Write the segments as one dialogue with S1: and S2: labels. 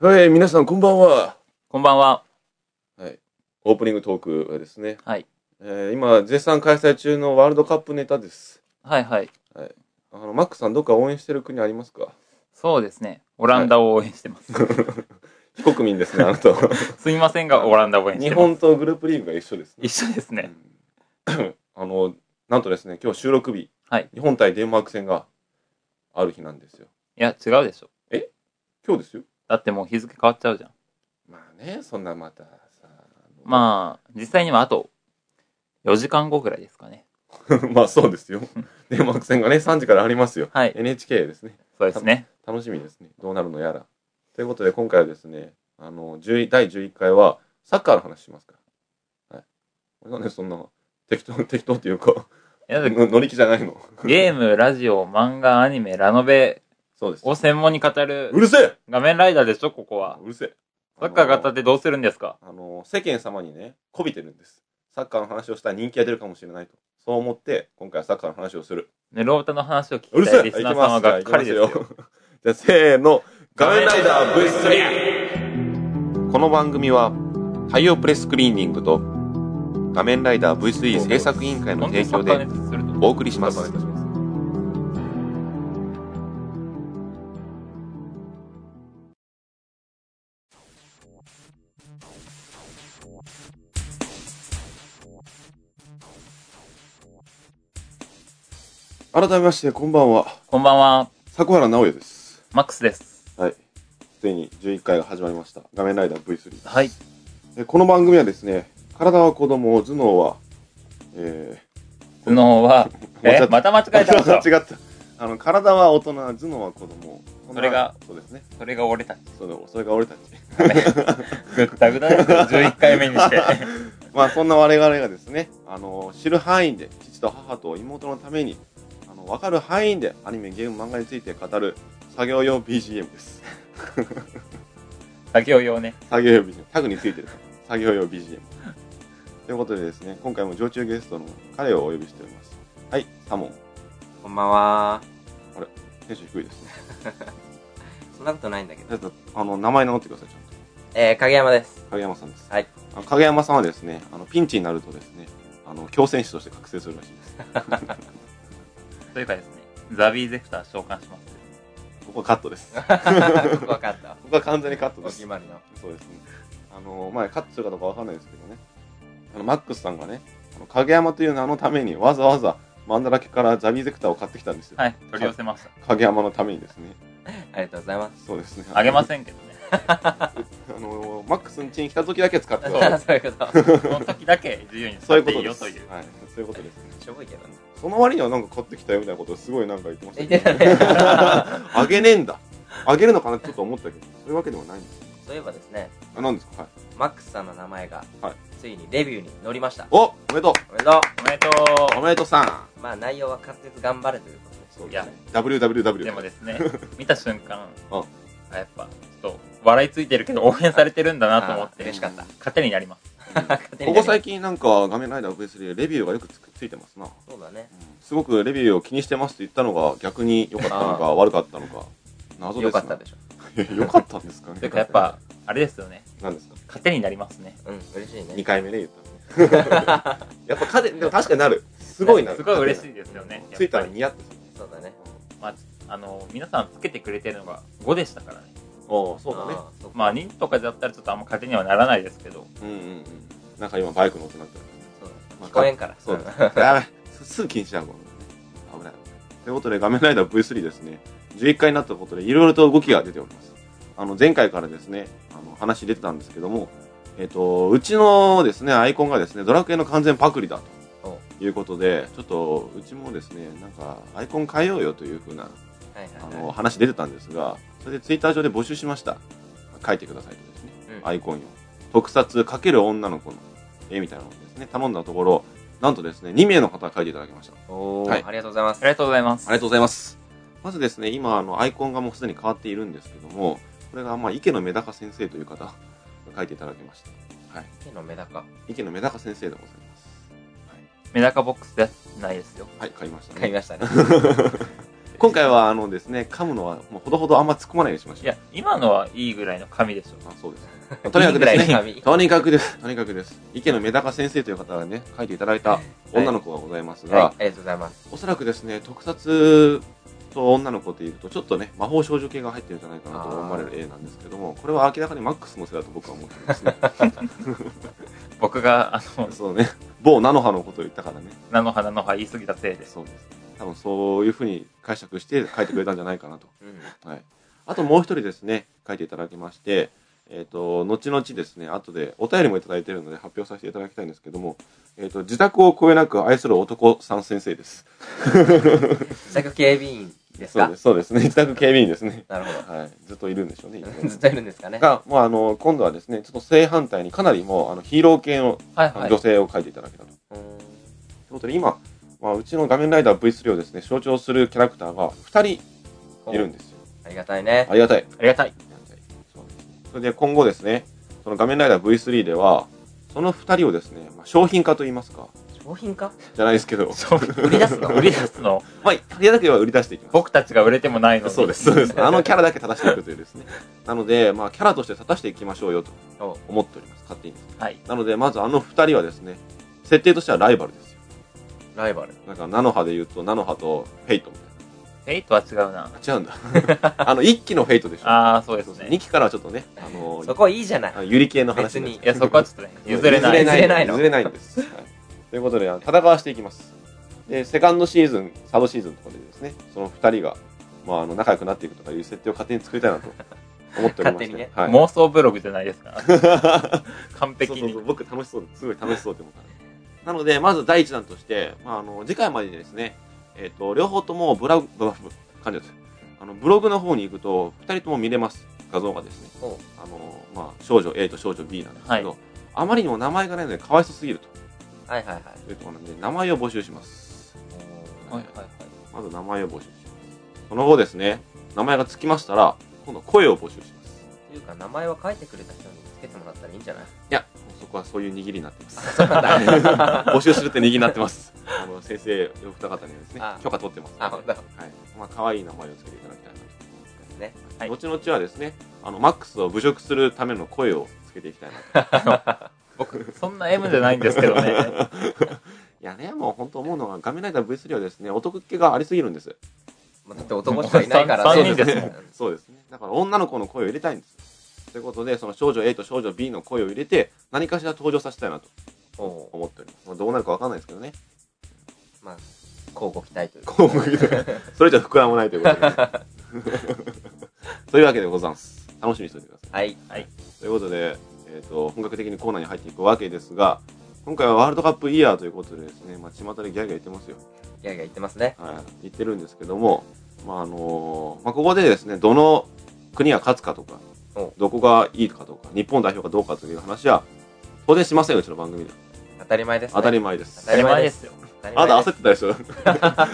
S1: はい、皆さんこんばんは。
S2: こんばんは。
S1: オープニングトークはですね。
S2: はい。
S1: えー今、絶賛開催中のワールドカップネタです。
S2: はいはい。
S1: あの、マックさんどっか応援してる国ありますか
S2: そうですね。オランダを応援してます。
S1: 非国民ですね、あなたは。
S2: すみませんが、オランダを応援 し
S1: 日
S2: てます。
S1: 本とグループリーグが一緒ですね。
S2: 一緒ですね。
S1: うんあの、なんとですね、今日収録日。
S2: はい
S1: 日本対デンマーク戦がある日なんですよ。
S2: いや、違うでしょ。
S1: 今日ですよ。
S2: だってもう日付変わっちゃうじゃん。
S1: まあね、そんなまたさ。あ
S2: まあ、実際にはあと4時間後ぐらいですかね。
S1: の。まあそうです よ。デンマーク戦がね、3時からありますよ。
S2: はい。
S1: NHK ですね。
S2: そうですね。
S1: 楽しみですね。どうなるのやら。ということで、今回はですね、あの、11第11回は、サッカーの話しますから。はい。これなんでそんな、適当、 適当っていうか、
S2: いやだって
S1: の乗り気じゃないの。
S2: ゲーム、ラジオ、漫画、アニメ、ラノベ
S1: そうです。
S2: を専門に語る
S1: うるせえ
S2: 画面ライダーでしょ、ここは。
S1: うるせえ。
S2: サッカー語
S1: あ
S2: っ
S1: の
S2: てどうするんですか
S1: あの、世間様にね、こびてるんです。サッカーの話をしたら人気が出るかもしれないと。そう思って、今回はサッカーの話をする。
S2: ね、ロータの話を聞き
S1: うる
S2: た
S1: せ
S2: い
S1: え
S2: リス
S1: 行き
S2: ナーさんは
S1: ます。じゃあ
S2: がっ
S1: 行き
S2: か
S1: ま
S2: り
S1: す
S2: ですよ。
S1: よ。 じゃあ、せーの。画面ライダー V3! この番組は、太陽プレスクリーニングと、画面ライダー V3 制作委員会の
S2: 本当
S1: 提
S2: にサ
S1: 供
S2: ッカー
S1: で
S2: 熱すると
S1: お送りします。改めまして、こんばんは。
S2: こんばんは、
S1: 迫原直也です。
S2: マックスです。
S1: はい。ついに11回が始まりました。画面ライダー V3。
S2: はい。
S1: えこの番組はですね、体は子供、頭脳は、え
S2: 頭脳は、
S1: 間違っ
S2: え
S1: た
S2: また間違えたの か
S1: ー、 間違った。あの、体は大人、頭脳は子供。んな
S2: それが、
S1: そうですね。
S2: それが俺たち。
S1: そのそれが俺たち。
S2: ぐったぐだですよ、11回目に して。
S1: まあ、そんな我々がですね、あの、知る範囲で、父と母と妹のために、あの、わかる範囲でアニメ、ゲーム、漫画について語る作業用 BGM です。
S2: 作業用ね。
S1: 作業用 BGM。タグについてる。作業用 BGM。ということでですね、今回も常駐ゲストの彼をお呼びしております。はい、サモン。
S3: こんばんは。
S1: テンション低いですね。
S3: そんなことないんだけど。
S1: ちょっと、あの、名前名乗ってください、ちゃんと。
S3: えー、影山です。
S1: 影山さんです。
S3: はい
S1: あの。影山さんはですね、あのピンチになるとですね、あの強戦士として覚醒するらしいです。
S2: というかですね、ザビーゼクター召喚します。
S1: ここはカットです。こ
S3: わかった。
S1: こは完全にカット
S3: お
S1: です
S3: 決。まりの。
S1: そうですね。あのまあカットするかどうかわかんないですけどね。あのマックスさんがね、あの影山という名のためにわざわざマンダラケからザビーゼクターを買ってきたんですよ。
S2: はい、取り寄せました。
S1: 影山のためにですね。
S3: ありがとうございま
S1: そうですね。
S2: あげませんけど ね。
S1: あのマックスの家に来た時だけ使ってください
S3: す。そういうこと。
S2: その時だけ自由に
S1: そう
S2: 使
S1: いうこ
S2: っ
S1: と
S2: ていい
S1: で
S2: よ
S1: す。
S2: と
S1: はい
S2: いう。、
S1: そういうことです。
S3: しょぼいけ どね。
S1: その割にはなんか買ってきたよみたいなことをすごいなんか言ってました
S3: 言っ
S1: け
S3: て
S1: ど
S3: たね。
S1: あげねえんだ。あげるのかなってちょっと思ったけど、そういうわけではないんです。
S3: そういえばですね、
S1: あ、なんですかはい。
S3: マックスさんの名前が、
S1: はい
S3: ついにレビューに載りました。
S1: おおめでと
S3: おめでと
S2: おめでと
S1: うおめでとうさん
S3: う。まあ内容は滑舌頑張れということです。
S1: そう
S2: いや
S1: WWW。
S2: うでもですね、見た瞬間
S1: うん、
S2: あやっぱ、ちょっと、笑いついてるけど応援されてるんだなと思っ
S3: あー
S2: て
S3: 嬉し、かった。
S2: 糧になります。
S3: 勝手に
S1: ここ最近なんか画面ライダー V3 でレビューがよくつくついてますな。
S3: そうだね。
S1: すごくレビューを気にしてますって言ったのが逆に良かったの
S3: あ
S1: か悪かったのか。謎です
S3: よかったで
S1: し
S3: しょ。
S1: ょ。 良かったんですかね。
S2: というかやっぱ、あれですよね、
S1: 何ですか
S2: 糧になりますね。
S3: うん、嬉しい
S1: 二
S3: ね。
S1: 回目で言った のねやっぱかで、でも確かになる。すごいなる。
S2: すごい嬉しいですよね。
S1: ついたら
S2: やっ
S1: ニヤッとする。
S3: そうだね。
S2: ぱりまあ、あの、皆さんつけてくれてるのが5でしたからね。
S1: おおそうだね。
S3: あー。そう
S2: まあ、2とかだったらちょっとあんま糧にはならないですけど、
S1: うんうんうん。なんか今バイクの音になった。
S3: そう
S1: まあ
S3: だ聞こえんから。
S1: そうです。やばい。すすぐ禁止だもん。危ない。ということで、画面ライダー V3 ですね。11回になったことで、いろいろと動きが出ております。あの、前回からですね、あの、話出てたんですけども、えっ、と、うちのですね、アイコンがですね、ドラクエの完全パクリだと
S3: お。
S1: いうことで、ちょっと、うちもですね、なんか、アイコン変えようよというふうな、
S3: はい
S1: あ
S3: はい
S1: の、
S3: は
S1: 話出てたんですが、それでツイッター上で募集しました。書いてくださいとですね。
S3: い。うん
S1: アイコンよ。特撮かける女の子の絵みたいなのをですね、頼んだところ、なんとですね、2名の方が書いていただきました。あ
S3: お
S1: はい
S3: ー、ありがとうございます
S2: あり。がとうございます。
S1: りがとうございます。まずですね、今、あの、アイコンがもうすでに変わっているんですけども、これが、まあ、池野メダカ先生という方が書いていただきました。はい。
S3: 手のメダカ。
S1: 池野メダカ先生でございます。
S2: メダカボックスじゃないですよ。
S1: はい、買いました
S3: 買い
S1: ね。
S3: ましたね。
S1: 今回はあのですね、噛むのはもうほどほどあんま突っ込まないようにしまし
S2: い
S1: ょう。
S2: や、今のはいいぐらいの紙でしょ。
S1: あそうです。とにかくです
S3: いいぐ
S1: ね、
S3: らい の
S1: とにかくです。とにかくです。池野メダカ先生という方がね、書いていただいた女の子がございます
S3: 紙
S1: が、
S3: はい、ありがとうございます。
S1: おそらくですね、特撮と女の子っていうと、ちょっとね、魔法少女系が入ってるんじゃないかなと思われる絵なんですけども、これは明らかにマックスのせいだと僕は思ってますね。
S2: 僕が、あの、
S1: そうね、某菜の葉のことを言ったからね。
S2: 菜の花の葉言い過ぎたせいです。
S1: そうです。多分そういうふうに解釈して書いてくれたんじゃないかなと。
S3: うん。
S1: はい。あともう一人ですね、書いていただきまして、えっ、と、後々ですね、後でお便りもいただいているので発表させていただきたいんですけども、えっ、と、自宅をこえなく愛する男さん先生です。
S3: 自宅警備員です
S1: そ
S3: か
S1: うです、そうですね。自宅警備員ですね。
S3: なるほ
S1: はい。ずっといるんでしょうね。
S3: ど。ずっといるんですかね。
S1: が、もうあの、今度はですね、ちょっと正反対にかなりもう、あの、ヒーロー系の
S2: はい
S1: あの
S2: はい
S1: 女。性を書いていただけたと。
S3: うーん
S1: ということで、今、まあ、うちの画面ライダー V3 をですね、象徴するキャラクターが2人いるんですよ。
S3: ありがたいね。
S1: ありがたい。
S2: ありがたい。
S1: そうですねそれで今後ですね、その画面ライダー V3 では、その2人をですね、まあ、商品化と言いますか、
S3: 商品化
S1: じゃないですけど、
S2: そう、売り出すの売り出すの。
S1: まあ、武田だけは売り出していきます。
S2: 僕たちが売れてもないのに。
S1: そうです、そう です。あのキャラだけ正していくというですね。なので、まあ、キャラとして正していきましょうよと
S3: お
S1: 思っております。勝手に。
S2: はい。
S1: なので、まずあの2人はですね、設定としてはライバルですよ。
S3: ライバル。
S1: なんか、菜の葉で言うと、菜の葉とフェイトみたい
S2: フェイトは違うな。
S1: な。あ違うんだ。 あの、1期のフェイトでしょ。
S2: ああ、そうです
S1: 2
S2: ね。
S1: 期からはちょっとね、あの、
S3: そこいいじゃない
S1: あ。のゆり系の話
S3: 別に
S2: いや、そこはちょっとね、譲れな
S3: 譲れ
S2: い。
S3: ないの
S1: 譲れないんです。はいということで、あの戦わしていきます。で、セカンドシーズン、サードシーズンとかでですね、その二人が、まあ、あの、仲良くなっていくとかいう設定を勝手に作りたいなと思っておりまして、
S3: 勝手にね
S1: はい。
S2: 妄想ブログじゃないですか。 完璧
S1: そうそう
S2: に
S1: そう。僕楽しそうです。すごい楽しそうって思ったなので、まず第一弾として、まあ、あの、次回までにですね、えっ、と、両方ともブラグ、ブラブ、感じです。あの、ブログの方に行くと、二人とも見れます。画像がですね。
S3: お
S1: あの、まあ、少女 A と少女 B なんですけど、
S2: は
S1: あまりにも名前がないので、かわいそうすぎると。
S3: はいはいはい。
S1: というところなんで、名前を募集します。
S3: おー
S2: はいはいはい。
S1: まず名前を募集します。その後ですね、名前がつきましたら、今度声を募集します。
S3: っていうか、名前は書いてくれた人につけてもらったらいいんじゃない
S1: いや、もうそこはそういう握りになってます。
S3: そうなんだ。
S1: 募集するって握りになってます。あの、先生、お二方にはですね
S3: あ、
S1: 許可取ってます。
S3: あ、ほんとだ。
S1: はい。まあ、可愛い名前をつけていただきたいな
S3: ですね。
S1: と。
S2: はい
S1: 後々はですね、あの、マックスを侮辱するための声をつけていきたいなと。
S2: 僕、そんな M じゃないんですけど ね。
S1: いやね、もう本当思うのが、ガメライダー V3 はですね、男っ気がありすぎるんです。
S3: まあだって男しかいないから
S2: 三
S1: そう
S2: 人ですも
S1: ね。 そうですね。だから女の子の声を入れたいんです。ということで、その少女 A と少女 B の声を入れて、何かしら登場させたいなと
S3: おお
S1: 思っております。まあ、どうなるかわかんないですけどね。
S3: ー。まあ、交互期待というか。
S1: こう向いて それじゃ膨らまないということで。というわけでございます。楽しみにしておいてくださ
S3: はい。
S1: い。ということで、えっ、と、本格的にコーナーに入っていくわけですが、今回はワールドカップイヤーということでですね、まあ、巷でギャーギャー言ってますよ。
S3: いやいや言ってますね。
S1: はい、言ってるんですけども、まああのまあ、ここでですねどの国が勝つかとか
S3: お
S1: どこがいいかとか日本代表かどうかという話は当然しませんようちの番組で
S3: 当たり前ですね。
S1: 当たり前です、
S3: 当たり前で
S2: ですよ。
S3: 当たり
S1: あ
S3: 前
S1: な
S3: です
S1: た焦ってたで しょ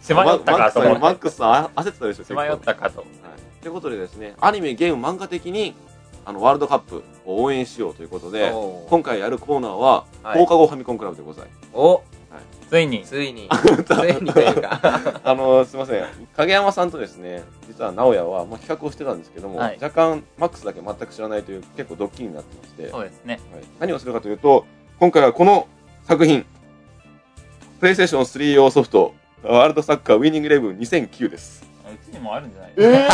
S2: しまよったかと
S1: マ
S2: 思
S1: ックスさんマックスさんあ
S2: っ
S1: 焦ってたでしょ結
S2: て。し
S1: 構
S2: まよったかと。
S1: はい、ということでですねアニメゲーム漫画的にあのワールドカップを応援しようということで
S3: おー
S1: 今回やるコーナーは、
S3: はい
S1: 放課後ファミコンクラブでございます
S3: お
S2: ついに、
S3: つ いに、ついにというか、
S1: あのすいません影山さんとですね実は直哉は、まあ、企画をしてたんですけども、
S2: はい
S1: 若干マックスだけ全く知らないという結構ドッキリになってまして、はい、
S2: そうですね。
S1: 何をするかというと今回はこの作品 PlayStation3 用ソフトワールドサッカーウィニングレブン2009です
S2: うちにもあるんじゃない
S1: え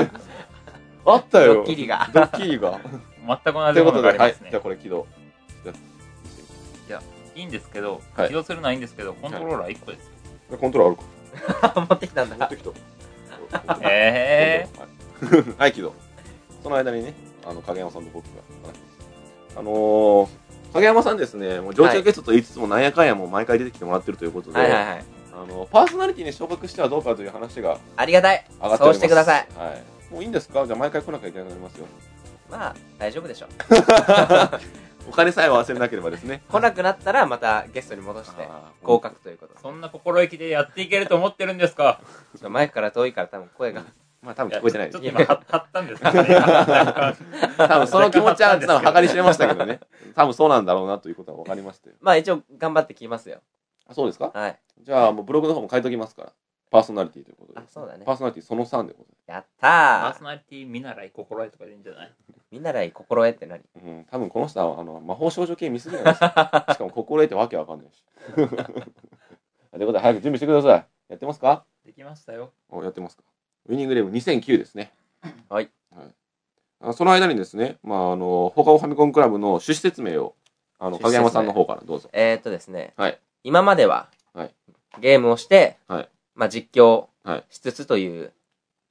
S1: え あったよ
S3: ドッキリが
S1: ドッキリが
S2: 全く
S1: と
S2: 同
S1: い
S2: じ
S1: うこ
S2: も
S1: とで、
S2: のがあり
S1: は
S2: ま
S1: い
S2: すね
S1: じゃあ。これ起動
S2: いいんですけど、
S1: はい
S2: 起動するのはいいんですけど、コントローラー1個ですよ。
S1: コントロールあるか
S3: 持ってきたん
S1: 持っ
S3: だ
S1: て。きた
S2: え
S1: はい、はい、起動。その間にね、あの、影山さんと僕が話します。あのー、影山さんですね、もう常駐ゲストと言いつつも、なんやかんやもう毎回出てきてもらってるということで、
S3: はいはいはい。
S1: あの、パーソナリティに昇格してはどうかという話が
S3: ありがたい
S1: 上がっております。
S3: そうしてください。。
S1: はい。もういいんですかじゃあ毎回来なきゃいけなくなりますよ。
S3: まあ、大丈夫でしょう。
S1: お金さえ忘れなければですね。
S3: 来なくなったら、またゲストに戻して、
S1: あー
S3: 合。格ということ
S2: ー
S3: で
S2: そんな心意気でやっていけると思ってるんですか
S3: ちょっとマイクから遠いから多分声が。
S1: まあ多分聞こえてないで
S2: ちょ
S1: す
S2: っと。今、は張ったんですけどね。
S1: 多分その気持ちは多分計り知れましたけどね。多分そうなんだろうなということは分かりましたよ。
S3: まあ一応頑張って聞きますよ。
S1: あそうですか
S3: はい。
S1: じゃあもうブログの方も書いときますから。パーソナリティということで
S3: あそうだね
S1: パーソナリティその3でござい
S3: やっ
S2: パー
S3: た
S2: ソナリティ見習い心得とかでいいんじゃない
S3: ー見習い心得って何
S1: ます、うん、多分この人はあの魔法少女系見すぎなんですよ しかも心得ってわけわかんないし ということで早く準備してくださいやってますか
S2: できましたよ。
S1: おやってますかウィニングレブン2009ですね
S3: はい、
S1: はい、あその間にですね、まあ、あの放課後ファミコンクラブの趣旨説明をあの
S3: 趣旨説明
S1: 影山さんの方からどうぞ
S3: えー、っとですね、
S1: はい
S3: 今までは、
S1: はい
S3: ゲームをして、
S1: はい
S3: まあ、実況
S1: はい
S3: しつつという、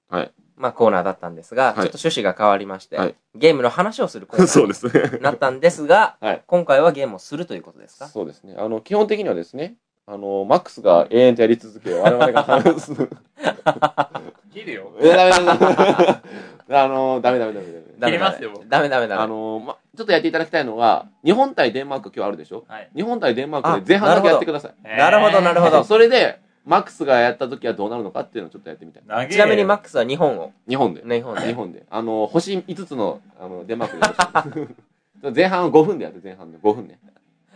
S1: はい
S3: まあ、コーナーだったんですが、
S1: い
S3: ちょっと趣旨が変わりまして、
S1: はい
S3: ゲームの話をするコー ナー
S1: すね
S3: になったんですが、
S1: はい
S3: 今回はゲームをするということですか
S1: そうですねあの基本的にはですねあのマックスが永遠とやり続け我々 が話す
S2: 切るよ。
S1: えダメダメダメあのダメダメダメダメ
S3: ダメダ
S2: 切
S3: メ
S2: りますよ
S3: ダメダメダメ。
S1: あのま、ちょっとやっていただきたいのが日本対デンマーク今日あるでしょ
S2: はい。
S1: 日本対デンマークで前半だけやってください
S3: なるほどなるほど
S1: そうそれでマックスがやった時はどうなるのかっていうのをちょっとやってみたい
S2: ど
S3: ちなみにマッ
S2: ク
S3: クスは日本を、
S1: 日本で
S3: 日本
S1: 日
S3: で。
S1: 本で。あの、星5つの、あの、デンマークでよろしいです。 前半5分でやって、前半で5分ね。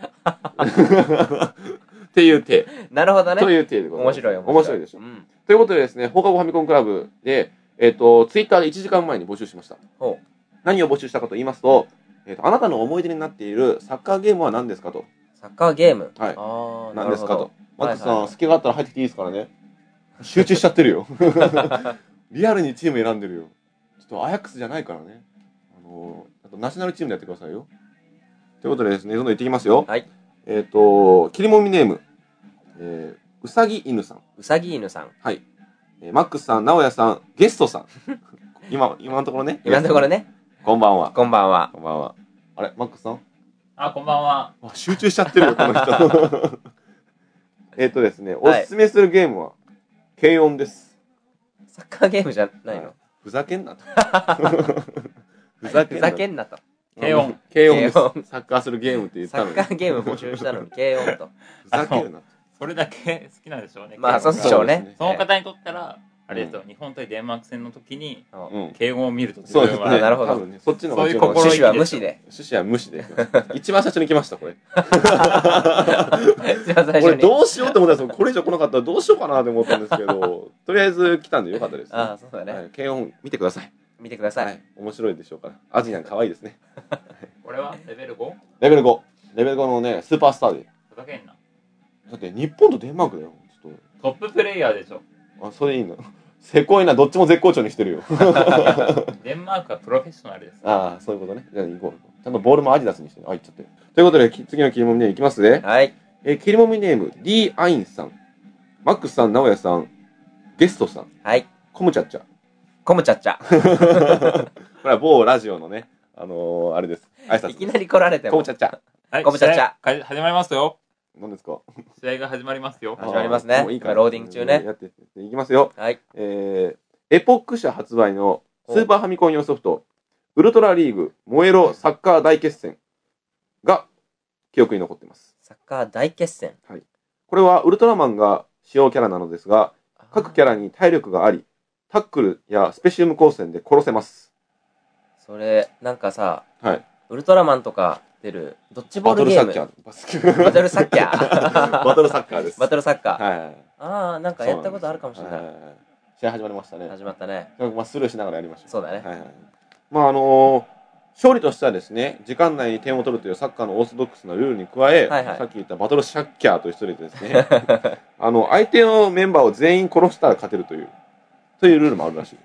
S1: っていう手。
S3: なるほど
S1: と
S3: ね。
S1: いう手でございま
S3: 面
S1: す。
S3: 白い
S1: 面白いでしょ
S3: う。ん。
S1: ということでですね、放課後ファミコンクラブで、えっ、と、ツイッターで1時間前に募集しました。
S3: ほう。
S1: 何を募集したかと言いますと、えっ、と、あなたの思い出になっているサッカーゲームは何ですかと。
S3: サッカーゲーム。
S1: はい
S3: ああ、な
S1: 何
S3: る
S1: です
S3: ほ
S1: か
S3: ど
S1: と。。マックスさ
S3: は
S1: ん、
S3: いはいはい
S1: 隙があったら入ってきていいですからね。集中しちゃって るよ。リアルにチーム選んでるよ。ちょっとアヤックスじゃないからね。あのーあとナショナルチームでやってくださいよ。ということでですね、どんどん行ってきますよ。
S3: はい
S1: えっ、と、切りもみネーム、えー、うさぎ犬さん、
S3: うさぎ犬さん。
S1: えーマックスさん、なおやさん、ゲスト さん。今、今のところね。
S3: 今のところね、
S1: こんばんは。
S3: こんばんは。
S1: こんばんは。あれ、マックスさん
S2: あ、こんばんは。
S1: あ集中しちゃってるよ、この人。 えっとですね、お
S3: はい
S1: すすめするゲームは、軽音です。
S3: サッカーゲームじゃない
S1: は
S3: の。
S1: ふざけんな と。ふざけん
S3: ふ
S1: な
S3: ざ
S1: と。
S3: けんなと。
S2: 軽音。
S1: 軽音です
S3: 軽音。
S1: サッカーするゲームって言っ
S3: サ
S1: たの
S3: ッ
S1: に。
S3: カーゲーム募集したのに軽音 と。
S1: ふざけるなと。
S2: それだけ好きなんでしょうね。
S3: まあ、
S2: 慶
S3: そ
S2: 応
S1: そう
S2: が
S3: うでしょう
S1: で
S3: ね。
S2: その方にとったら、あれですよ、日本対デンマーク戦の時に、
S3: うん
S1: うん。
S2: 敬語を見ると
S1: そう
S2: 自
S1: です
S2: 分
S1: ね。
S2: は
S3: あなるほど
S1: 多分ねそっちの方が
S2: そういう
S1: 一番
S2: 心意気
S3: 趣旨は無視で。
S1: 趣旨は無視で。一番最初に来ました、これ。
S3: 一番最
S1: こ
S3: 初
S1: れ
S3: に。
S1: どうしようと思ったんですよこれ以上来なかったらどうしようかなと思ったんですけ ど、とりあえず来たんでよかったですね。
S3: ああ、そうだね。
S1: はい軽音見てください。
S3: 見てくださ。
S1: はいい。面白いでしょうから。アジアン可愛いですね。
S2: これはレベル 5?
S1: レベル5。レベル5のね、スーパースターで。
S2: ふざけんな。
S1: だって日本とデンマークだよ。ちょっ
S2: トッププレイヤーでしょ。
S1: と、あ、それいいの。 せこいな、どっちも絶好調にしてるよ。
S2: デンマークはプロフェッショナルです。
S1: ああ、そういうことね。じゃあ行こう。ちゃんとボールもアディダスにしてね。あ、行っちゃってる。ということで、き次の切りもみネームいきますね。
S3: はい。
S1: えー、切りもみネーム、D ・アインさん、マックスさん、ナオヤさん、ゲストさん、
S3: はい。
S1: コムチャッチャ。
S3: コムチャッチャ。
S1: これは某ラジオのね、あのー、あれです。挨拶
S3: いき
S1: です。
S3: なり来られて
S1: コム
S3: も
S1: チ。ャッチャ。
S2: はい、
S3: コブチャチャ
S2: 試合か始まりますよ。
S1: 何ですか
S2: 試合が始まりますよ。
S3: 始まりますね
S1: あーもういいかな
S3: 今ローディング中ね
S1: やってっていきますよ。
S3: はい。
S1: えー、エポック社発売のスーパーファミコン用ソフト、ウルトラリーグ、燃えろサッカー大決戦が記憶に残っています。
S3: サッカー大決戦。
S1: これはウルトラマンが主要キャラなのですが、各キャ
S3: ラ。
S1: ラに体力があり、タックルやスペシウム光線で殺せます。
S3: それ、なんかさ、
S1: はい。
S3: ウルトラマンとか出る、ドッジボ
S1: バ
S3: ー
S1: ト
S3: ル
S1: ル
S3: ゲ
S1: サッカ
S3: ーム。
S1: ー。バスケバ
S3: バトルサッカー。
S1: トルサッカーです。
S3: バトルサッカー。
S1: はいはいはい。
S3: ああ、なんかやったことあるかもしれ
S1: そう
S3: なんい。
S1: ですはいはいはい試合始まりましたね。
S3: 始まったね。
S1: まあ、スルーしながらやりましょう。
S3: そうだね。
S1: はいはい、まああのー勝利としてはですね時間内に点を取るというサッカーのオーソドックスなルールに加え、
S3: はいはい
S1: さっき言ったバトルシャッキャーと一人でですね あの相手のメンバーを全員殺したら勝てるというというルールもあるらしい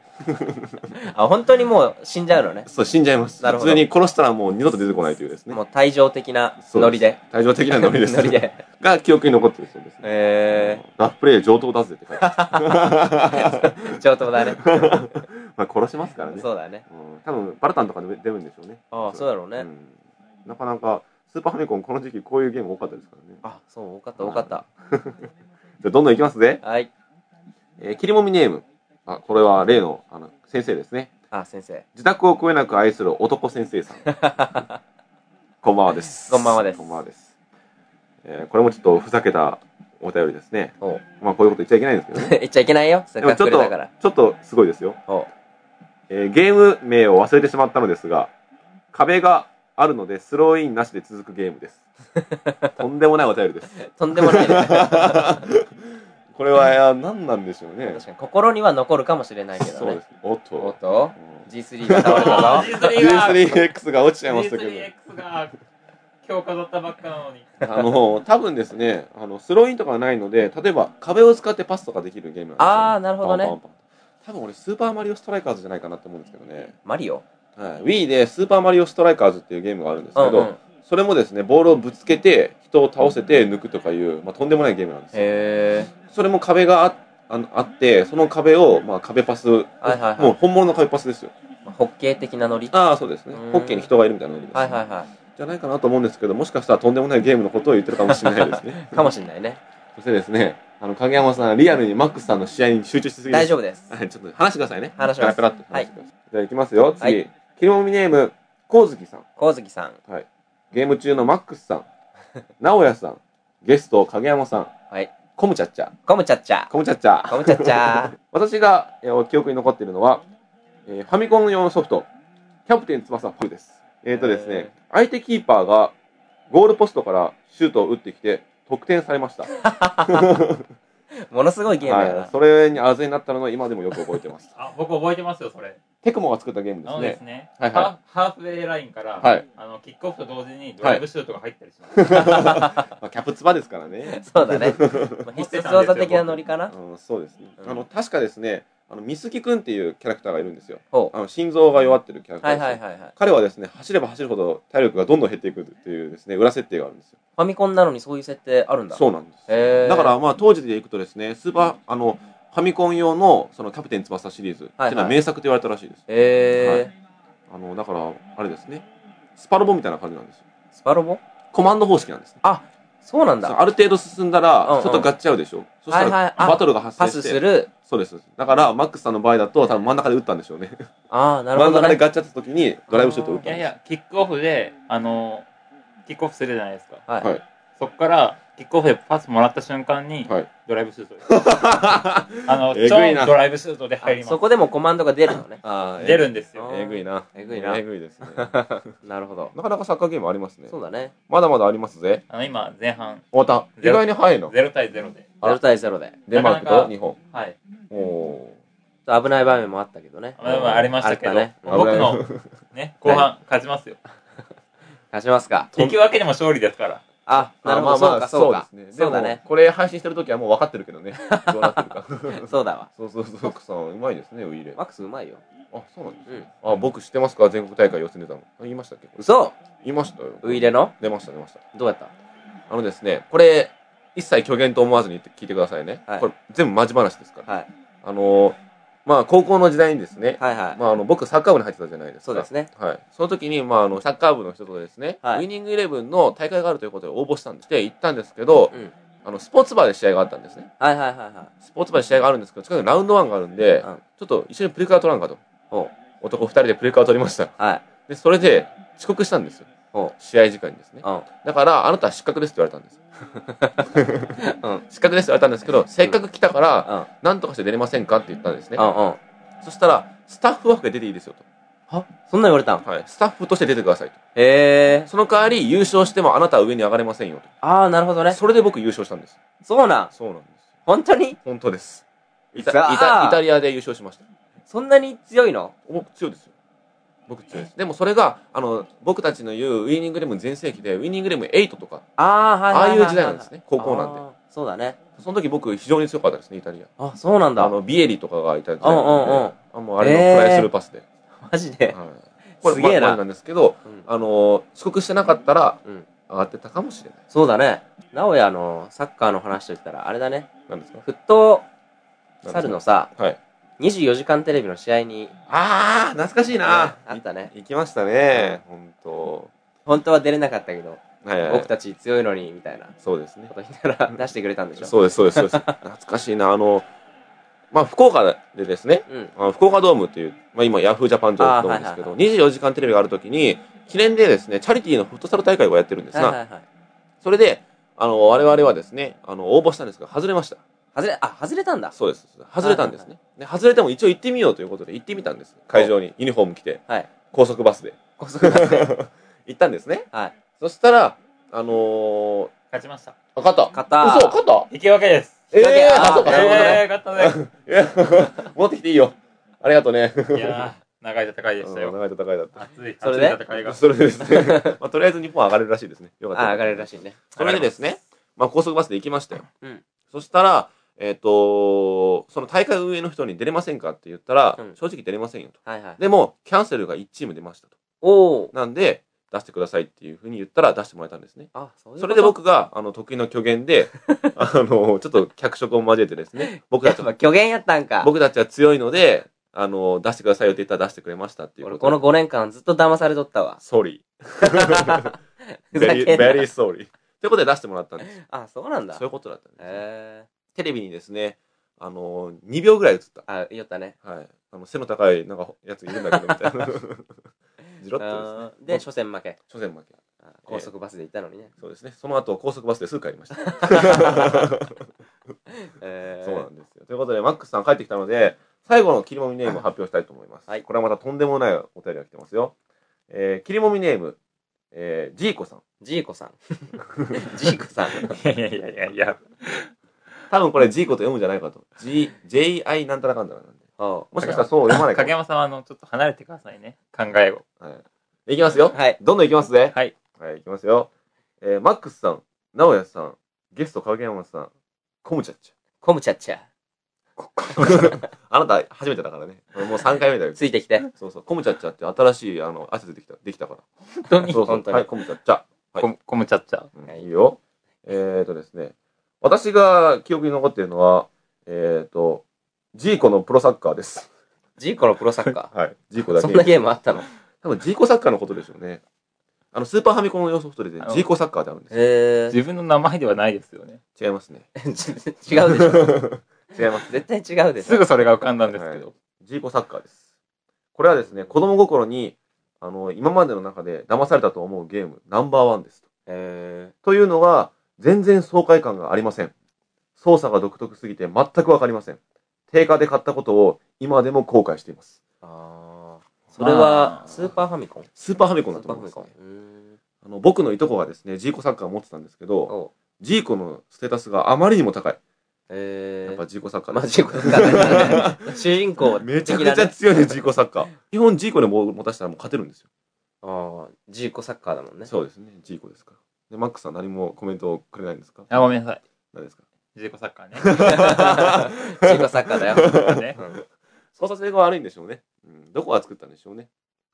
S3: あ、本当にもう死んじゃうのね。
S1: そう死んじゃいます
S3: なる
S1: 普
S3: ほ
S1: 通
S3: ど
S1: に殺したらもう二度と出てこないというですね
S3: もう退場的な
S1: そう
S3: ノリで。
S1: 対照的なノリです
S3: ノリで。
S1: が記憶に残ってるそうですね
S3: え
S1: ラフプレー上等だぜって書いてあ
S3: ー、上 等だね。
S1: るまあ殺しますからね
S3: そうだね。
S1: うん多分バルタンとかで出るんでしょうね
S3: ああ、そうだろうね。
S1: んなかなかスーパーファミコンこの時期こういうゲーム多かったですからね
S3: あ、そう、多かった、多かった。
S1: じゃあどんどんいきますね
S3: はい。
S1: えー、切りもみネームあこれは例のあの先生ですね
S3: あ、先生。
S1: 自宅をこえなく愛する男先生 さんこんばんはです
S3: こんばんはです
S1: こんばんはです、えーこれもちょっとふざけたお便りですね
S3: おう
S1: まあこういうこと言っちゃいけないんですけどね
S3: 言っちゃい けないよ。せっ
S1: でも
S3: か
S1: ち
S3: く
S1: ょっ
S3: くれ
S1: と
S3: たから。
S1: ちょっとすごいですよ、
S3: おう
S1: えーゲーム名を忘れてしまったのですが壁があるのでスローインなしで 続くゲームですとんでもないお便りです
S3: とんでもないね。
S1: これは、いや何なんでしょうね
S3: 確。かに心には残るかもしれないけど
S1: そうで
S3: ね
S1: す。おっ
S3: おっ
S1: と。
S3: と G3 が倒れ
S2: あ
S3: た
S2: ー G3 が
S1: U3X が落ちちゃいましたけど。
S2: G3X が今日飾ったばっかなのに。
S1: あの、多分ですね、あの、スローインとかはないので、例えば壁を使ってパスとかできるゲームなんですよ。
S3: あーなるほどね
S1: パンパンパン多分俺、スーパーマリオストライカーズじゃないかなって思うんですけどね。
S3: マリオ
S1: はい。Wii でスーパーマリオストライカーズっていうゲームがあるんですけど、
S3: うんうんへ
S1: それもですね、ボールをぶつけて、人を倒せて抜くとかいう、まあ、とんでもないゲームなんですよ。
S3: え
S1: それも壁がああのあって、その壁を、まあ、壁パス、
S3: いはい
S1: もう本物の壁パスですよ。
S3: ホッケー的なノリは
S1: ああ、そうですね
S3: う。ん
S1: ホッケーに人がいるみたいなのです、
S3: いはいは
S1: じゃないかなと思うんですけど、もしかしたらとんでもないゲームのことを言ってるかもしれないです ね。
S3: いかもしれないね
S1: そしてですね、あの、影山さん、リアルにマックスさんの試合に集中しすぎ
S3: 大丈
S1: 夫。
S3: 夫です
S1: はい、ちょっと話してくださいね。
S3: 話します
S1: ペラペラっと
S3: は
S1: 話し
S3: い
S1: てください。じゃあ、いきますよ。次。
S3: はい
S1: 切りもみネーム、光月さん。
S3: 光月さん
S1: ゲーム中のマックスさん。 直哉さん。ゲスト、影山さん。
S3: はい
S1: コムチャッチャ。
S3: コムチャッチャ
S1: コムチャッチャ。
S3: コムチャッチャ
S1: 私が、えー記憶に残っているのは、えーファミコン用のソフト、キャプテン翼フルです。えっ、とですね、相手キーパーがゴールポストからシュートを打ってきて、得点されました。
S3: ものすごいゲームや
S1: はい、
S3: な
S1: それにあぜになったのを今でもよく覚えてます。
S2: あ、僕覚えてますよ、それ。
S1: テクモが作ったゲームで
S2: あ
S1: す
S2: の
S1: ね。
S2: ですね、
S1: はいはい
S2: ハーハーフウェイラインから、
S1: はい
S2: あのキックオフと同時にドライブシュートが入ったりします。
S1: まあ、キャプツバですからね。
S3: そうだ ねまあ必殺技的なノリかな
S1: うん、そうですね。
S3: うん
S1: あの確かですね、あのミスキくんっていうキャラクターがいるんですよ。
S3: ほ
S1: あの心臓が弱ってるキャラク
S3: う
S1: ター
S3: は
S1: で
S3: い
S1: す、
S3: はいはいはいフ
S1: 彼はですね、走れば走るほど体力がどんどん減っていくっていうですね、裏設定があるんですよ。
S3: ァミコンなのにそういう設定あるんだ
S1: そうなんです。
S3: へー
S1: だからまあ当時でいくとですね、スーパーあのファミコン用のそのキャプテン翼シリーズっていうのは名作と言われたらしいです。
S3: えー
S1: あのだからあれですね、スパロボみたいな感じなんですよ。
S3: スパロボ
S1: コマンド方式なんですね。
S3: そうなん
S1: そう
S3: だ
S1: ある程度進んだ
S3: うんう
S1: ら、
S3: ん
S1: ちょっとガッチャうでしょ。そした
S3: はいはい
S1: ら
S3: あ
S1: バトルが発生
S3: パ
S1: して。
S3: スする
S1: そうです。だから、マックスさんの場合だと、多分真ん中で打ったんでしょうね。
S3: ああなる
S1: 真
S3: ほ
S1: ん
S3: ど
S1: 中で
S3: ね
S1: ガッチャった時に、ドライブシュートを打っ
S2: い
S1: たん
S2: やい
S1: です。
S2: や、キックオフで、あの、キックオフするじゃないですか。
S3: はい
S1: はい
S2: そっから、キックオフでパスもらった瞬間に、
S1: はい。
S2: ドライブ シュートです。あの、
S1: え
S2: 超
S1: ぐいな
S2: ドライブシュートで入り
S3: あ
S2: ます
S3: そ。こでもコマンドが出るのね
S1: あ
S2: 出。るんですよ。
S3: あ
S1: えぐいな。
S3: えぐいな
S1: えぐいですね。な
S3: なるほど
S1: かなかサッカーゲームありますね
S3: そ。うだね
S1: まだまだありますぜ。
S2: あの、今、前半、
S1: また、意
S2: ゼロ
S1: 外に早いの。
S2: 0対0で。
S1: あ
S3: 0対0で
S1: デンマーク
S2: なかな
S1: と
S2: か
S1: 日本。
S2: はい。
S1: おお
S3: 危ない場面もあったけどね
S2: まあまあありましたけ
S3: あ
S2: ど、
S3: ね
S1: うん
S2: 僕の、ね、後半、勝ちますよ。
S3: 貸しますか
S2: 引き分けでも勝利ですから。
S3: あ
S1: ー。
S3: なるほどそうかそうかそうだね。
S1: これ配信してる時はもう分かってるけど ね。どうなってるか。
S3: そうだわ
S1: そうそうそう。マックスさん、うまいですね、ウィーレ。
S3: マックスうまいよ
S1: あ、そうなんです
S3: うん
S1: あ、僕知ってますか全国大会予選出たの。あ言いましたっけこれ
S3: 嘘
S1: 言いましたよ。
S3: ウイレの
S1: 出ました、出ました。
S3: どうやった
S1: あのですね、これ、一切虚言と思わずに聞いてくださいね。
S3: はい
S1: これ、全部マジ話ですから。
S3: はい
S1: あのーまあ、高校の時代にですね、
S3: はいはい
S1: まあ、あの、僕、サッカー部に入ってたじゃないですか。
S3: そうですね
S1: はい。その時に、まあ、あの、サッカー部の人とですね、
S3: は
S1: ウ
S3: い
S1: ィニングイレブンの大会があるということで応募したんです。で、行ったんですけど、
S3: うん
S1: あの、スポーツバーで試合があったんですね。
S3: はいはいはいは
S1: スポーツバーで試合があるんですけど、近くにラウンドワンがあるんで、
S3: うん
S1: ちょっと一緒にプレカー取らんかと。
S3: お
S1: 男二人でプレカー取りました。
S3: いはい
S1: で、それで、遅刻したんですよ。
S3: お
S1: 試合時間にですね。
S3: うん
S1: だから、あなたは失格ですって言われたんです。
S3: うん
S1: 失格ですって言われたんですけど、せっかく来たから、
S3: うん
S1: なんとかして出れませんかって言ったんですね。
S3: うんうん
S1: そしたら、スタッフ枠で出ていいですよ
S3: はそんなん言われたん
S1: と。はい。スタッフとして出てくださいと。
S3: へえ
S1: その代わり、優勝してもあなたは上に上がれませんよ
S3: ああなるほど
S1: と。
S3: ね
S1: それで僕優勝したんです。
S3: そうなん
S1: そうなんです。
S3: 本当に
S1: 本当です。イタイ
S3: さあ
S1: タイタリアで優勝しました。
S3: そんなに強いの
S1: 僕強いですよ。僕強いです。でもそれが、あの、僕たちの言うウィニングイレブン全盛期で、ウィニングイレブン8とか、
S3: ああはいはいは
S1: ああいう時代なんですね高校なんで
S3: でそうだね
S1: その時僕非常に強かったですね、イタリア。
S3: あそうなんだ
S1: あの、ビエリとかがいたりと
S3: うんうんうん
S1: か、あもうあれのトライするパスで。
S3: マジで
S1: はいこれ、
S3: すげえな
S1: ままあなんですけど、
S3: うん
S1: あのー、遅刻してなかったら
S3: うん、
S1: 上がってたかもしれない。
S3: そうだね直哉のサッカーの話といったらあれだね
S1: なんですか
S3: フットサルのさ
S1: はい。
S3: 24時間テレビの試合に
S1: あー、懐かしいな
S3: あったね
S1: 行きましたね、ほんと。
S3: 本当は出れなかったけど
S1: はいはいはい
S3: 僕。たち強いのにみたいな
S1: そうですね
S3: こ。と言いながら出してくれたんでしょ
S1: そうです、そうです、 そうです。懐かしいなあの、まあ、福岡でですね、
S3: うん
S1: あの福岡ドームっていう、まあ、今ヤフージャパン上だと思うんですけ
S3: あ
S1: ど、
S3: は
S1: 24時間テレビがあるときに、記念でですね、チャリティーのフットサル大会をやってるんです
S3: はいは
S1: が、
S3: いはい
S1: それで、あの、我々はですね、あの、応募したんですが、外れました。
S3: 外れあ外れたんだ
S1: そうです。外れたんですね。で、外れても一応行ってみようということで行ってみたんです。会場にユニフォーム着て、
S3: はい
S1: 高速バスで。
S3: 高速バスで
S1: 行ったんですね。
S3: はい
S1: そしたら、あのー、
S2: 勝ちました。
S1: あ勝った。
S3: 勝った
S1: 嘘、勝った
S2: 引き分けです。
S1: え
S3: だけ
S1: え
S3: あ
S1: あ、そうか、そういうことね。
S2: えー、よかったね。
S1: いや 持ってきていいよ。ありがとうね。
S2: いやー、長い戦いでした
S1: うん
S2: よ。
S1: 長い戦いだっ
S2: 熱い、
S3: そ
S2: 熱
S3: れ
S2: い
S3: で
S2: 戦いが
S1: た。。それでですね、まあ、とりあえず日本は上がれるらしいですね。よかった。
S3: あ、上がれるらしいね。
S1: それでですね、まあ、高速バスで行きましたよ。
S3: うん
S1: そしたら、えっ、とその大会運営の人に出れませんかって言ったら、
S3: うん
S1: 正直出れませんよと。
S3: はいはい。
S1: でも、キャンセルが1チーム出ましたと。
S3: おー。
S1: なんで、出してくださいっていうふうに言ったら出してもらえたんですね。
S3: あ、そういうこと
S1: それで、僕が、あの、得意の虚言で、あの、ちょっと脚色を交えてですね、僕
S3: や
S1: た
S3: っ
S1: ち
S3: ぱ虚言やったんか。
S1: 僕たちは強いので、あの、出してくださいよって言ったら出してくれましたっていうこ
S3: 俺
S1: と。
S3: この5年間ずっと騙され とったわ。
S1: sorry.
S3: ふざ
S1: very,
S3: けんな
S1: very sorry. ということで出してもらったんです。
S3: あ、そうなんだ
S1: そうい。うことだったんですね、
S3: え
S1: テレビにですね、あの、2秒ぐらい映った。
S3: ー。あ、言おったね。
S1: はい。あの、背の高い、なんか、やついるんだけど、みたい な。じろっと
S3: あーで、初戦負け。
S1: ですね。初戦負け。
S3: あ高速バスで行ったのにね。
S1: そうですね。その後、高速バスですぐ帰りました。
S3: えー。
S1: そうなんですよ。ということで、マックスさん帰ってきたので、最後の切りもみネームを発表したいと思います。
S3: はい
S1: これはまたとんでもないお便りが来てますよ。えー、切りもみネーム、えー、ジーコさん。
S3: ジー コさん。ジーコさん。
S2: いやいやいやいやいや。
S1: 多分これジーコと読むんじゃないかと。G、J-I なんたらかんたらなんで。
S3: お
S1: もしかしたらそう読まないか
S2: 影
S1: も。
S2: 山さんは、あの、ちょっと離れてくださいね。考えを。
S1: はい。いきますよ。
S3: はい。
S1: どんどんいきますね。
S2: はい。
S1: はい、いきますよ。えー、マックスさん、ナオヤさん、ゲスト影山さん、コムチャッチ
S3: コムチャッチャ。
S1: ャ。 あなた初めてだからね。もう3回目だよ。
S3: ついてきて。
S1: そうそう。コムチャッチャって新しい、あの、汗出てきた、できたから。
S2: 本当に
S1: そうそ
S3: 本
S1: う。
S3: 当に
S1: はい、コムチャッチャ。はい
S2: ここむちゃっちゃ。
S1: うん、
S3: はいい
S1: いよ。えっ、ー、とですね、私が記憶に残っているのは、えっ、ー、と、ジーコのプロサッカーです。
S3: ジーコのプロサッカ
S1: はい。ジーコ
S3: ー。
S1: だ
S3: そ
S1: け
S3: んな。ゲームあったの
S1: 多分ジーコサッカーのことでしょうね。あの、スーパーファミコンの用ソフトでね
S2: あの
S1: ジーコサッカーであるんですよ。
S3: えー。
S2: 自分の名前ではないですよね。
S1: 違いますね。
S3: 違うでしょ。
S1: 違います。
S3: 絶対違うでしょ。
S2: すぐそれが浮かんだんですけど。
S1: ジーコサッカーです。これはですね、子供心に、あの、今までの中で騙されたと思うゲーム、ナンバーワンです。
S3: え
S1: というのは、全然爽快感がありません。操作が独特すぎて全くわかりません。定価で買ったことを今でも後悔しています。
S3: ー。あー。それは
S2: ま、あ
S3: スーパーファミコン
S1: スーパーファミ
S3: ス
S1: コンだ
S3: ー
S1: と
S3: パー
S1: 思
S3: フ
S1: い
S3: ァ
S1: ま
S3: ミ
S1: す
S3: コ
S1: ね、
S3: ン。うーん
S1: あの僕のいとこがですね、ジーコサッカーを持ってたんですけど、
S3: おう
S1: ジーコのステータスがあまりにも高い。
S3: え
S1: やっ
S3: ー
S1: ぱ。ジーコサッカー
S3: マ
S1: です
S3: ジか、 ね。主人公
S1: めちゃく
S3: 的
S1: ち
S3: な
S1: ゃ
S3: ね。
S1: 強いね、ジーコサッカー。基本ジーコでボール持たせたらもう勝てるんですよ。
S3: あージーコサッカーだもんね。
S1: そうですね、ジーコですから。で、マックスさん何もコメントをくれないんですか
S2: あ、ごめんなさい。
S1: 何ですか
S2: ジーコサッカー
S3: ジーコサッカーだ よ。
S2: ね。 ね
S3: うん
S1: 操作性が悪いんでしょうね。うん。どこが作ったんでしょうね、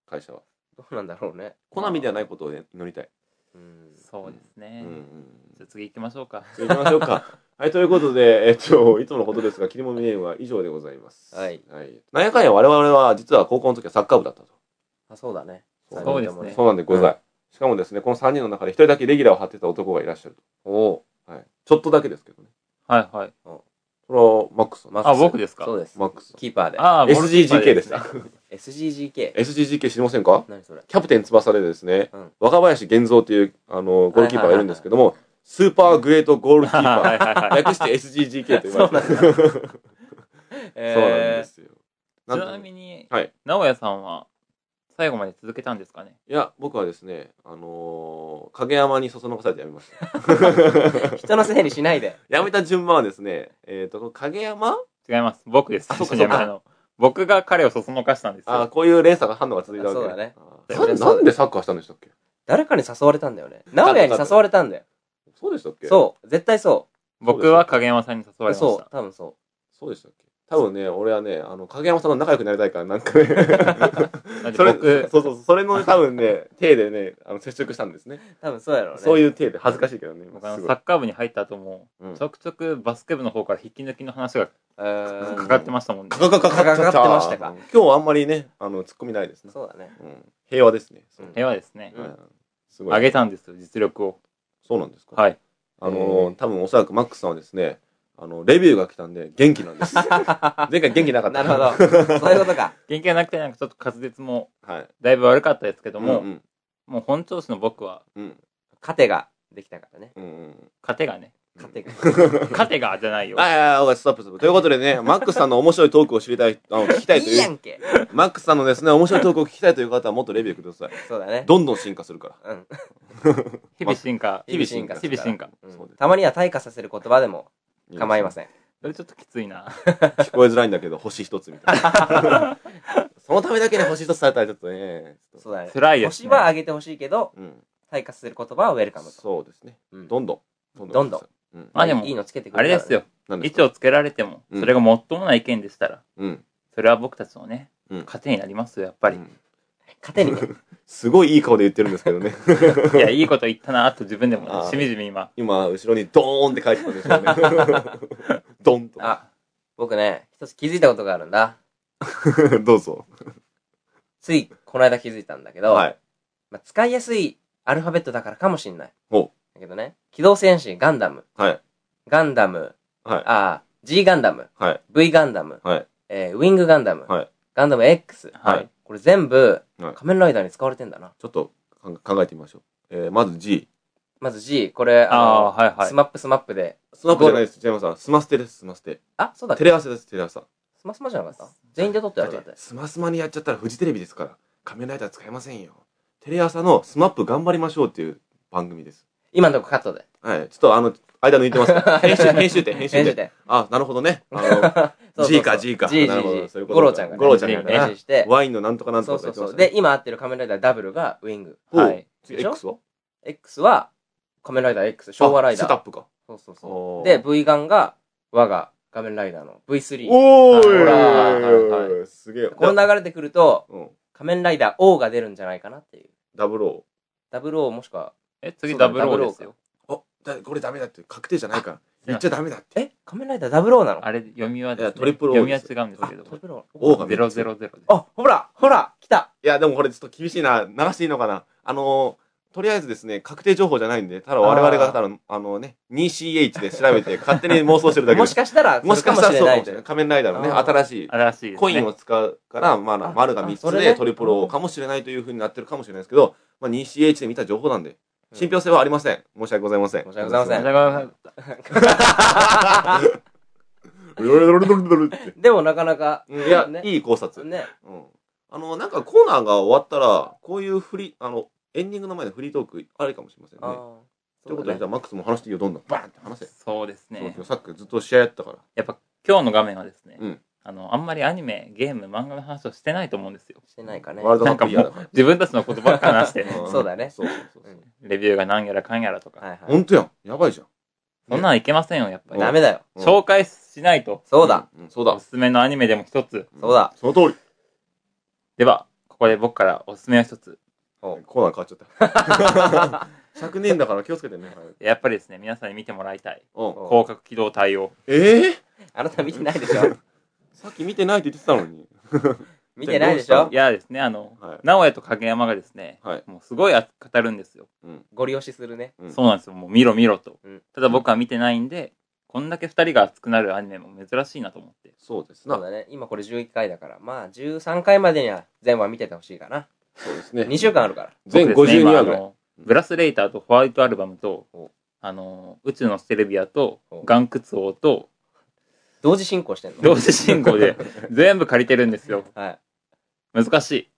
S1: 会社は。
S3: どうなんだろうね。
S1: コナミではないことをね祈りたい。
S3: うん
S2: そうです
S1: う
S2: ね
S1: ん。うんうん
S2: じゃあ次行きましょうか。
S1: 行きましょうか。 はい、ということで、えっと、いつものことですが、切りもみネームは以上でございます。
S3: はい。
S1: なんやかんや我々は、実は高校の時はサッカー部だったと。
S3: あ、そうだね。
S2: そうですね
S1: そうなんでございます、しかもですね、この3人の中で1人だけレギュラーを張ってた男がいらっしゃると。おはい。ちょっとだけですけどね。
S2: はいはい。
S1: それは、マックスさん。
S3: マックス
S2: あ、僕ですか
S3: そうです。
S1: マックス
S3: キーパー で。
S2: ああ、ボルティーバ
S1: SGGK でした。
S2: ね
S3: SGGK。
S1: SGGK 知りませんか
S3: 何それ
S1: キャプテン翼でですね、
S3: うん
S1: 若林源三という、あの、ゴールキーパーがいるんですけども、スーパーグレートゴールキー
S2: はい
S1: パ
S2: はい
S1: ー。
S2: はい。
S1: 略して SGGK と言われてる。 そうなんで
S3: え
S1: すよ。
S2: ちな
S1: に。
S2: みに、
S1: はい。
S2: 直哉さんは最後まで続けたんですかね
S1: いや、僕はですね、あのー影山にそそのかされてやめました。
S3: ー人のせいにしないで。
S1: やめた順番はですね、えっ、と、影山
S2: 違います。僕です。
S1: あそうか
S2: ちなみ
S1: そ
S2: に
S1: うか
S2: あの僕が彼をそそのかしたんです
S1: あー
S2: よ。
S1: こういう連鎖が反応が続いたわけ
S3: あそうだね
S1: あーさなんでサッカーしたんでしたっけ
S3: 誰かに誘われたんだよね。直哉に誘われたんだよ。
S1: そうでしたっけう。
S3: そう。絶対そ
S2: 僕は影山さんに誘わ
S3: う。
S2: れまし
S3: そ
S2: た
S3: う。。多分そ
S1: そうでしたっけ多分ね、俺はね、あの、影山さんと仲良くなりたいから、なんかね、
S2: なんで
S1: それ、
S2: 僕、
S1: そうそうそう、それの多分ね、手でね、あの、接触したんですね。
S3: う。多分そうやろうね。
S1: そう
S3: う。
S1: いう手で、恥ずかしいけどね、
S2: 僕あ
S1: す
S2: の
S1: ご
S2: サ
S1: い。
S2: ッカー部に入った後も、
S1: うん
S2: ちょくちょくバスケ部の方から引き抜きの話が
S3: えー
S2: かかってましたもんね。
S1: かかかかか
S3: かかってましたか
S1: 今日はあんまりね、あの、突っ込みないですね。
S3: そうだね。
S1: うん平和ですね。そう
S3: うん
S2: 平和ですね。
S1: はいすごい。
S2: 上げたんですよ、実力を。
S1: そうなんですか
S2: はい。
S1: あ
S3: う
S1: のー
S3: ん
S1: 多分おそらくマックスさんはですね、あの、レビューが来たんで元気なんです。前回元気なかった。
S3: なるほ ど。そういうことか。
S2: 元気がなくて、なんかちょっと滑舌も
S1: ど。はい。
S2: だいぶ悪かったですけども、
S1: うんうん
S2: もう本調子の僕は、
S1: うん
S3: 糧ができたからね。
S1: うんうん
S2: 勝てがね、
S3: 糧が。
S2: 勝てがじゃないよ。
S1: あいあ、おいストップストップ。ということで ね、マックスさんの面白いトークを知りたい、 あの、聞きたいと
S3: いい
S1: い
S3: や
S1: う、
S3: んけ。
S1: マックスさんのですね、面白いトークを聞きたいという方はもっとレビューください。
S3: そうだね。
S1: どんどん進化するから。
S3: うん。
S2: 日々進化、
S1: 日々進化
S2: 日々進化。
S3: う
S1: そうで
S3: ん
S1: す
S3: たまには退化させる言葉でも構いません。
S2: それちょっときついな。
S1: ん。聞こえづらいんだけど、星一つみたいな。 そのためだけに星一つされたらちょっとね。
S3: そうだね。
S2: 辛いです、
S3: 星
S2: ね。
S3: は上げてほしいけど、
S1: うん。
S3: 対価する言葉はウェルカムと。
S1: そうですね。
S3: うん
S1: どんどん。
S3: どんどん。
S1: うん。
S2: まあでも
S3: いいのつけてく
S2: あ
S3: れ
S2: れ
S3: る
S2: ですよ。
S1: なんで
S2: 位
S1: す
S2: 置
S1: か
S2: をつけられても、
S1: うん
S2: それがもっともな意見でしたら、
S1: うん。
S2: それは僕たちのね、
S1: うん
S2: 糧になりますよ、やっぱり。
S3: 勝手 にね。
S1: すごいいい顔で言ってるんですけどね。
S2: いや、いいこと言ったなと自分でも、
S1: あー
S2: ね、しみじみ今。
S1: 今、後ろにドーンって書いてたんですよね。 ドンと。
S3: あ、僕ね、一つ気づいたことがあるんだ。
S1: どうぞ。
S3: つい、この間気づいたんだけど、
S1: はい。
S3: まあ、使いやすいアルファベットだからかもしんない。
S1: おう
S3: だけどね、機動戦士ガンダム、
S1: はい。
S3: ガンダム、
S1: はい。
S3: あー G ガンダム、
S1: はい。
S3: V ガンダム、
S1: はい。
S3: えーウィングガンダム、
S1: はい
S3: ガンダム X、
S2: はい。
S1: はい
S3: これ全部、
S1: はい
S3: 仮面ライダーに使われてんだな。
S1: ちょっと考考えてみましょう。えー、まず G。
S3: まず G、これ、
S2: ああ
S3: あ
S2: ー、はい
S3: の、
S2: はい
S3: ス。マップスマップで、
S1: スマップじゃないです。違います。スマステです、スマステ。
S3: あ、そうだっ
S1: テ
S3: け
S1: レ朝です、テレ朝。
S3: スマスマじゃなかった全員で撮ってやるだって。
S1: スマスマにやっちゃったらフジテレビですから、仮面ライダー使えませんよ。テレ朝のスマップ頑張りましょうっていう番組です。
S3: 今のとこカットで。
S1: はい。ちょっとあの、間抜いて ますから。編集、編集点、編集
S3: 編集
S1: 点。
S3: で。
S1: あ、なるほどね。あ
S3: そうそうそう
S1: G か G か
S3: G、G、
S1: なるほどそういうこ
S3: G。
S1: と
S3: ゴロちゃんがね。
S1: ゴロちゃん
S2: がね
S3: 練習し て
S1: の、。ワインのなんとかなん
S3: そ
S1: と
S3: う
S1: かと
S3: そう
S1: か言
S3: そ
S1: っ
S3: う。
S1: てま
S3: で、今合ってる仮面ライダーダブルがウィング。
S1: ほう
S2: はい。
S1: したね。
S3: でし
S1: 次
S3: ょ
S1: X は
S3: X は仮面ライダー X、昭和ライダ
S1: あセタ
S3: ー
S1: ッ。プか。
S3: そうそうそ
S1: お
S3: う。
S1: ー
S3: で、V ガンが我が仮面ライダーの V3。
S1: おーい
S3: ほら
S2: はい
S1: すげえ。
S3: この流れてくると、
S1: うん。
S3: 仮面ライダー O が出るんじゃないかなっていう。
S1: ダブル
S3: ダブル O もしくは、
S2: え、次
S3: そうだ
S2: ダ
S3: ね
S2: ブルオーです
S3: ダブルオ
S1: O。
S2: よ。
S1: お、だ、これダメだって、確定じゃないから。
S2: 言
S1: 言
S2: っ
S1: っ
S2: ち
S1: ちゃダメだって。
S3: え仮面ライダーダブル O なの
S2: あれ、読みはで
S1: い
S2: すね。
S1: やトリプルオー
S2: 読み
S1: で
S2: は
S1: す
S2: 違うんですけど。
S3: ダブル O。
S1: O が
S2: ゼロゼロゼロです。
S3: あ、ほらほら来た
S1: いや、でもこれちょっと厳しいな。流していいのかな。あのー、とりあえずですね、確定情報じゃないんで、ただ我々が、ただ、あのね、2CH で調べ て勝手に妄想してるだけ
S3: も
S1: で
S3: し
S1: す。
S3: かしたら、
S1: もしかしたら
S3: それ
S1: そうか
S3: かも
S1: も
S3: し
S1: しれな
S3: れな
S1: いい。仮面ライダーのね、
S3: あー
S1: 新しい。
S2: 新しいですね。
S1: コインを使うから、まあ、
S3: あ
S1: 丸が3
S3: あそ
S1: つ
S3: れね
S1: でトリプルオーかもしれないというふうになってるかもしれないですけど、まあ、2CH で見た情報なんで、信憑性はありません。申し訳ございません。
S3: 申し訳ございません
S2: だから
S1: ロロロロロロって。
S3: でもなかなか、
S1: うん いや、
S3: ね
S1: いい考察。
S3: ね、
S1: うん。あの、なんかコーナーが終わったら、こういうフリ、あの、エンディングの前のフリートーク、あれかもしれません
S3: あー
S1: ね。という
S3: そ
S1: こと
S3: うだ
S1: で、じゃ
S3: ね
S1: あマックスも話していいよ、どんどん。バーンって話せ。
S2: そうですね。
S1: そうさっきずっと試合やったから。
S2: やっぱ今日の画面はですね、
S1: うん
S2: あの、あんまりアニメ、ゲーム、漫画の話をしてないと思うんですよ。
S3: してないかね。
S1: ワールドカップ
S2: なんか
S1: イヤー
S2: も
S1: だか
S2: う自分たちのことばっか話してね、
S1: ら。ん
S3: そうだ ね。
S1: そうそうそうそううん
S2: レビューが何やらかんやらとか、
S3: はいはい。
S1: ほんとやん。やばいじゃん。
S2: そんなんいけませんよ、やっぱり。
S3: ダメだよ。
S1: うん
S2: 紹介しないと、
S3: そうだ。。
S1: うん、そうだ
S2: お。すすめのアニメでも一つ。
S3: そうだ。
S1: その通り。
S2: では、ここで僕からおすすめを一つ。
S1: コーナー変わっちゃった。昨年だから気をつけてね。
S2: やっぱりですね、皆さんに見てもらいたい。
S1: うん。
S2: 広角機動対応。
S1: ええ
S3: あなた見てないでし ょ
S1: さっき見てないって言ってたのに。
S3: 見てないでし
S1: どう
S3: ょ
S1: し
S2: いやですね、あの、
S1: はい。
S2: 直江と影山がですね、
S1: はい
S2: もうすごい熱く語るんですよ。
S3: ご利用しするね。
S1: うん
S2: そうなんですよ。もう見ろ見ろと。
S3: うん
S2: ただ僕は見てないんで、こんだけ二人が熱くなるアニメも珍しいなと思って。
S1: そうです
S3: そう
S1: な。
S3: だね。今これ11回だから、まあ13回までには全話見ててほしいかな。
S1: そうですね。
S3: 2週間あるから。
S1: 全
S2: 僕ですね
S1: 52
S2: 今
S1: 話ぐら
S2: あ
S1: い。
S2: のブラスレイターとホワイトアルバムと
S3: お、
S2: あの、宇宙のステレビアと
S3: お、
S2: 岩窟王と、
S3: 同時進行してんの
S2: 同時進行で全部借りてるんですよ。
S3: はい。
S2: 難しい。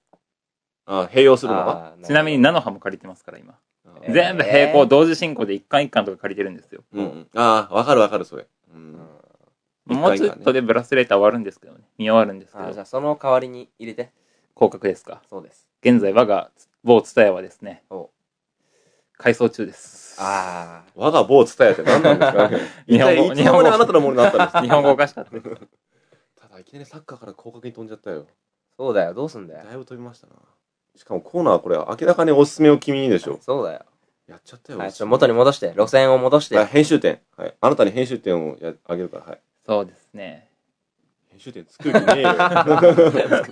S1: あ、併用するのは
S3: あー
S2: ちなみに、菜の葉も借りてますから、今。
S3: えー
S2: 全部並行、同時進行で一巻一巻とか借りてるんですよ。
S1: うんうん。ああ、わかるわかる、それ。う。
S3: うん
S1: 一
S2: もう
S1: 巻一巻ね
S2: ちょっとでブラスレイター終わるんですけどね。見終わるんですけ
S3: あーじゃ
S2: ど、
S3: あその代わりに入れて。
S2: 広角ですか。
S3: そうです。
S2: 現在、我が某ツタヤはですね
S3: お、
S2: 改装中です。
S3: ああ。
S1: 我が某伝えって何なんですかね
S2: 日本語
S1: 一体いつの間にあなたのものになったんですか
S2: 日本語おかしかったです。
S1: ただいきなりサッカーから広角に飛んじゃったよ。
S3: そうだよ。どうすんだよ。
S1: だいぶ飛びましたな。しかもコーナーこれ明らかにおすすめを君にでしょ。
S3: そうだよ。
S1: やっちゃったよ。
S3: はい。ちょ、元に戻して、路線を戻して。
S1: はい、編集点。はい。あなたに編集点をやあげるから、はい。
S2: そうですね。
S1: 編集点作る気ねえよ。
S3: 作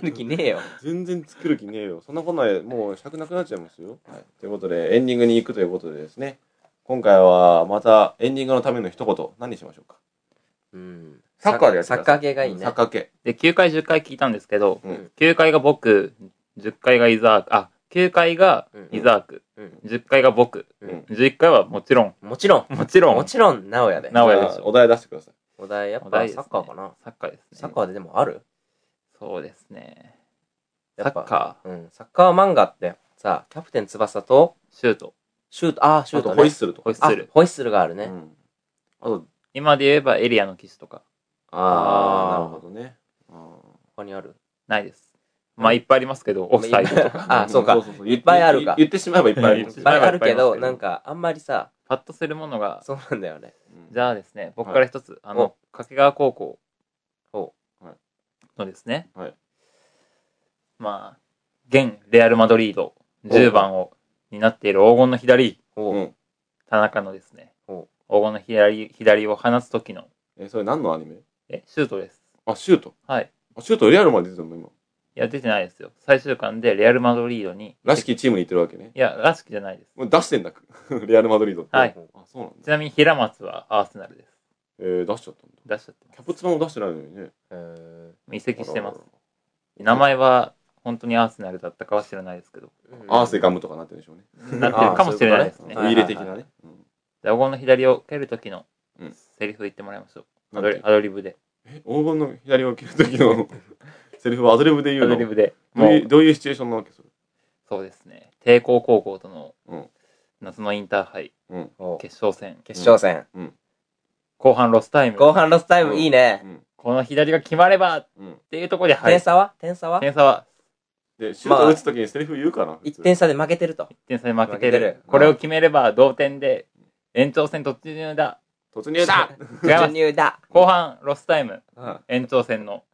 S3: る気ねえよ。
S1: 全然作る気ねえよ。そんなこんなでもう尺なくなっちゃいますよ。はい、ということで、エンディングに行くということでですね、今回はまたエンディングのための一言、何にしましょうか。
S3: うん。
S1: サッカーでやってください
S3: サッカー系がいいね。
S1: サッカー系。
S2: で、9回、10回聞いたんですけど、
S1: うん
S2: 9回が僕、10回がイザーク、あ、9回がイザーク、
S3: うん。
S2: 10回が僕、
S3: うん
S2: 11回はもちろん、
S3: もちろん。
S2: もちろん、
S3: もちろん、直哉で。
S2: 直哉でし
S1: じゃあ
S2: ょ。
S1: お題出してください。
S3: お題、やっ
S2: お
S3: ぱ
S2: 題です
S3: サ
S2: ね
S3: ッカーかな。
S2: サッカーですね。
S3: サッカーででもある
S2: そうですね。
S3: や
S2: サ
S3: っぱ
S2: ッカ
S3: うん。サッカー漫画って、さ、キャプテン翼と、
S2: ー、シュート、
S3: シュート、あーシュ
S1: あ
S3: ート、
S1: と
S3: ね。
S1: ホイッスルとか。
S2: ホイッス
S3: あ
S2: ル、
S3: ホイッスルがあるね。
S1: うんあと、
S2: 今で言えばエリアの騎士とか、
S1: ああ、なる
S4: あ
S1: ほどね。うん
S3: 他にある
S2: ないです。まあ、いっぱいありますけど、オフサイドとか。
S3: あ、そうか。
S1: い
S3: っぱいあるか
S1: 言ってしまえばいっぱいあります
S3: いっ
S1: よ
S3: ぱいあ
S2: い
S3: る
S2: っぱいあり
S3: け
S2: ます
S3: ど、
S2: けど
S3: なんか、あんまりさ、
S2: パッとするものが、
S3: そうなんだよね。
S1: うん
S2: じゃあですね、僕から一つ、あ
S3: お
S2: の、掛川高校
S3: お
S1: はい
S2: のですね、
S1: はい
S2: まあ、現レアル・マドリード10番を担っている黄金の左、
S3: おう
S1: うん
S2: 田中のですね、
S3: お
S2: 黄金の左左を放つ時の、
S1: え、それ何のアニメ
S2: え、シュートです。
S1: あ、シュート。
S2: はい。
S1: あ、シュート、レアルまで出てるの今。
S2: いや、出てないですよ。最終巻でレアル・マドリードに、
S1: らしきチームに行ってるわけね。
S2: いや、らしきじゃないです。
S1: もう出してんだ。 レアル・マドリードって。
S2: はい
S1: あ、そうなんだ。
S2: ちなみに平松はアーセナルです。
S1: えー、出しちゃったんだ。
S2: 出しちゃってま
S1: キャプツバも出してないのにね。
S3: へー
S2: す。移籍してます。
S1: ら
S2: 名前は本当にアーセナルだったかは知らないですけど、
S1: アーセガムとかなってるんでしょうね。
S2: なってるかもしれないですね。
S1: ウ
S3: あーそういうことね
S1: イレ的なね。うん
S2: ダゴンの左を蹴る時の
S1: うん
S2: セリフ言ってもらいましょう。
S1: な
S2: ア
S1: ん
S2: ド
S1: て
S2: リアドリブで。
S1: え黄金の左を切る時 のセリフはアドリブで言
S2: ア
S1: う
S2: ド
S1: の
S2: リブで。
S1: どう
S2: も
S1: いう
S2: う、
S1: どういうシチュエーションなわけそれ。
S2: そうですね。帝光高校との
S1: うん
S2: 夏のインターハイ
S1: うん。
S3: おう
S2: 決勝戦。
S3: 決勝戦。
S2: 後半ロスタイム。
S3: 後半ロスタイ
S1: う
S3: ム
S1: ん
S3: いいね。
S2: この左が決まればっ
S1: うん。うん。
S2: ていうところで入
S3: 点
S2: る。
S3: 差は点差は
S2: 点差は
S1: で、シュート打つ時にセリフ言うかな。普通
S3: ?1 点差で負けてると。
S2: 1点差で負けて
S3: 負けて
S2: る
S3: る。
S2: これを決めれば同点で延長戦突入だ。
S1: 突入 だ
S2: 違いま
S3: 突
S2: す。
S3: 入だ。
S2: 後半ロスタイム
S1: うん
S2: 延長戦の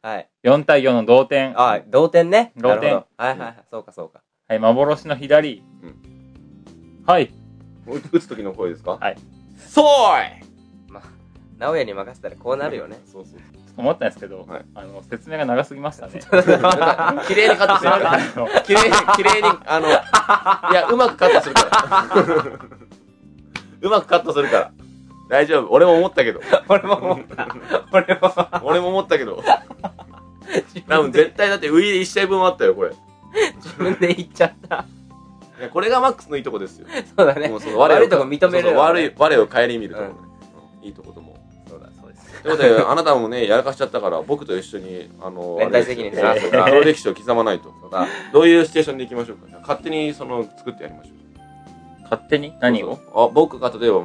S3: はい。
S2: 4対4の同点。
S3: あ、同点ね。
S2: 同点
S3: なるほどはいはいはい。そうかそうか。
S2: はい、幻の左。
S1: う
S2: はい。
S1: 打つ時の声ですか
S2: はい。
S1: そうい
S3: まあ、直哉に任せたらこうなる よね。。
S1: そうそう。
S2: ちょっと思ったんですけど、
S1: はい
S2: あの、説明が長すぎましたね。
S1: 綺麗に カットするから。
S2: あの
S1: 綺麗に、綺麗に、あの、いや、うまくカットするから。 うまくカットするから。大丈夫。俺も思ったけど。
S3: 俺も思った。俺も。
S1: 俺も思ったけど。多分絶対だって、ウィーで1試合分はあったよ、これ。い
S3: 自分で言っちゃった。
S1: や、これがマックスのいいとこですよ。
S3: そうだね
S1: もうそ。の我を
S3: 悪いとこ認めるよね
S1: そうそう悪い、我を顧みるところね。うんいいとことも。
S2: そうだ、そうです。
S1: ということで、あなたもね、やらかしちゃったから、僕と一緒に、あの、
S3: 連帯責任
S1: あれですよ
S3: ね
S1: 黒歴史を刻まないと。どういうシチュエーションでいきましょうか。じゃあ勝手に、その、作ってやりましょう。
S2: 勝手に何
S1: そう
S2: を
S1: そうあ僕が例えば、まあ、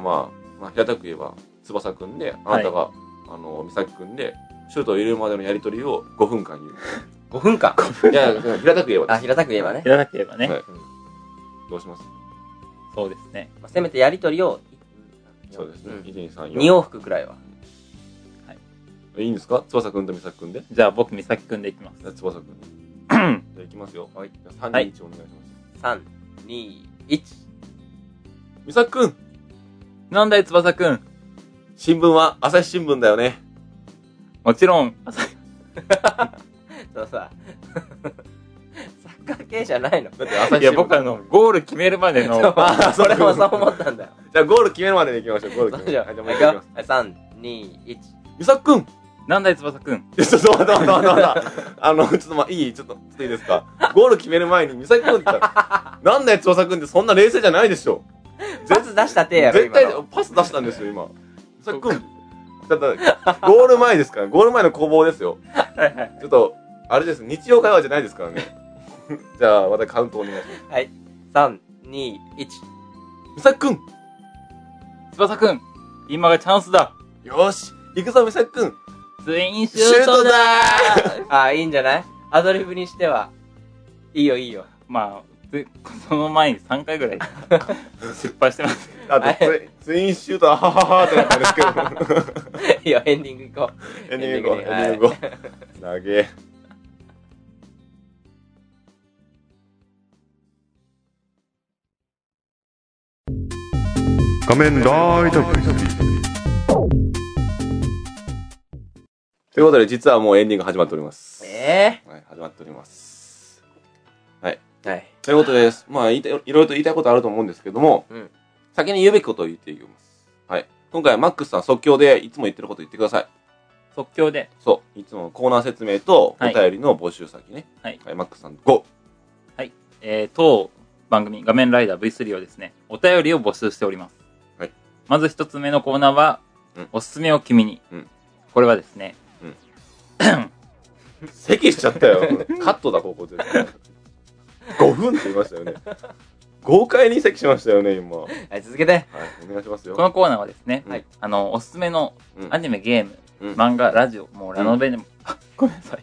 S1: まあ、平たく言えば翼くんであなたが、あの美咲くんでシュートを入れるまでのやり取りを5分間
S3: 5分間。
S1: 言ういやいや平たく言えば
S3: あ、
S1: です
S3: 平たく言えばね。
S2: やらなければね、
S1: はい
S3: うん
S1: どうします
S2: そうですね。
S3: まあせめてやりとりを、
S1: そうですね、
S3: うん
S1: 1234
S3: 2往復くらいは。
S1: いいんですか翼くんと美咲くんで
S2: じゃあ僕、美咲くんでいきます
S1: じゃ。あ翼 くんじゃあいきますよ
S3: はい
S1: じゃあ3
S2: はい
S1: 人一お願いします
S3: 3、2、1。
S1: 美咲くん
S2: なんだい、翼くん。
S1: 新聞は朝日新聞だよね
S2: もちろん、
S3: そうさ、 サッカー系じゃないの。
S1: だって朝日新聞
S2: いや、僕あの、ゴール決めるまで の、
S1: あそ
S3: そ
S1: れ
S3: れもそう思ったんだよ。
S1: じゃあゴール決めるまでにいきましょうゴール
S3: そう
S1: 決め
S3: じ
S1: る
S3: ゃ
S1: はいじゃあ
S3: ん。
S1: もう
S3: い
S1: 一
S3: く
S1: 回いきます。
S3: よはい3、2、1。
S1: 美咲くん
S2: なんだい、翼くん。
S1: ちょっと、待った待った待った待った。あの、ちょっとまあ、いいちょっと、ちょっといいですかゴール決める前に、美咲くんって言ったら、なんだよ、翼くんってそんな冷静じゃないでしょ。
S3: パス出した手やろ、
S1: 絶
S3: 今
S1: 対
S3: の。、
S1: パス出したんですよ、今。美咲くん。ただ、ゴール前ですから、ゴール前の攻防ですよ。ちょっと、あれです、日曜会話じゃないですからね。じゃあ、またカウントお願いします。
S3: はい。3、2、1。
S1: 美咲くん
S2: 翼くん、今がチャンスだ。
S1: よーし行くぞ、美咲くん
S2: 全員シ
S1: シュ
S2: ュ
S1: ー
S2: ート
S1: ト
S2: だ
S1: だ
S3: ああ、いいんじゃないアドリブにしては。いいよ、いいよ。
S2: まあ、でその前に3回ぐ らい失敗してます。
S1: あと、ツイツインシュート、あはははってなったんですけど。
S3: いいよ、エンディングいこ
S1: エンディング後、エンディ
S3: エンディ
S1: ン
S3: ン
S1: グ
S3: グ
S1: 後。投げ。
S4: 仮面ライダー
S1: ということで、実はもうエンディング始まっております。
S3: う。え
S1: はい、始まっております。
S3: えはい。
S1: ということです。まあ、言いたいいろいろと言いたいことあると思うんですけども、
S3: うん
S1: 先に言うべきことを言っていきます。はい。今回はマックスさん即興でいつも言ってること言ってください。
S2: 即興で、
S1: そう。いつものコーナー説明とお
S2: はい
S1: 便りの募集先ね。
S2: はい
S1: マックスさん5。
S2: えー、当番組、画面ライダー V3 はですね、お便りを募集しております。
S1: はい
S2: まず一つ目のコーナーは、
S1: うん
S2: おすすめを君に。
S1: うん
S2: これはですね、
S1: 席しちゃったよ。カットだ、ここで。5分って言いましたよね。豪快に移籍しましたよね、今。はい、
S3: はい、続けて。
S1: お願いしますよ。
S2: このコーナーはですね、
S3: はい
S2: あの、おすすめの
S1: うん
S2: アニメ、ゲーム、
S1: うん
S2: 漫画、ラジオ、もうラノベでも、ごめんなさい。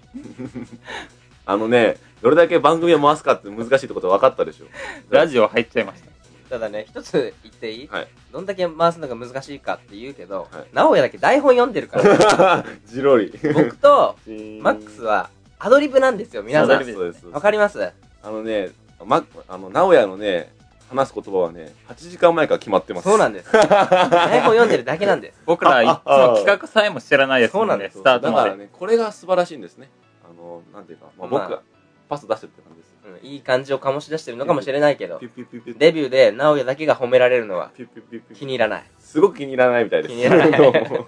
S1: あのね、どれだけ番組を回すかって難しいってこと分かったでしょ。
S2: ラジオ入っちゃいました。
S3: ただね、一つ言っていい
S1: はい。
S3: どんだけ回すのが難しいかって言うけど
S1: はい、
S3: 直哉だけ台本読んで るから、
S1: ジロリ。
S3: 僕と マ
S1: マ
S3: ックスはアドリブなんですよ、皆さ
S2: アド
S3: ん
S2: リ。
S1: そうです。
S3: わかります
S1: あのね、ま、あの、直哉のね、話す言葉はね、8時間前から決まってます。
S3: そうな んです。台本読んでるだけなんです。
S2: 僕らいつも企画さえも知らないですもん
S3: そうなん
S2: ね、
S3: です
S2: スタート
S1: だ
S2: ま
S1: から
S2: で。
S1: ね、これが素晴らしいんですね。あの、なんていうか、まあ、
S3: まあ
S1: 僕がパス出してるって感じです。
S3: うんいい感じを醸し出してるのかもしれないけど
S1: ピ、ュピュピュピュ。
S3: デビューで直哉だけが褒められるのは
S1: ピュピュピュピュ。
S3: 気に入らない。
S1: すごく気に入らないみたいです。
S3: 気に入らな い
S1: どうも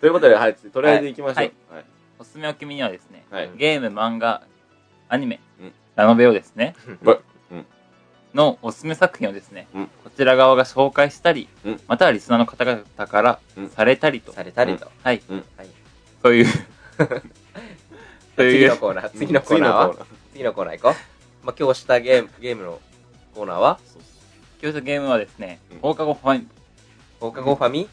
S1: ということで、はい、とりあえず行きましょう。はい。
S2: おすすめを君にはですね、
S1: はい
S2: ゲーム、漫画、アニメ、
S1: うん
S2: ラノベをですね、
S1: はいうん
S2: のおすすめ作品をですね、
S1: うん
S2: こちら側が紹介したり、
S1: うん
S2: またはリスナーの方々から
S1: うん
S2: されたりと、
S3: されたりと。
S2: はい、
S1: うん
S3: はい
S2: そう いう、そう
S3: 次
S2: い
S3: の
S2: う、
S3: コーナー、次のコーナーは
S1: は
S3: 次のコーナー行こう。まあ、今日したゲーム、ゲームのコーナーは、
S2: 今日のゲームはですね
S1: うん、
S2: 放課後ファミ、
S3: 放課後ファミ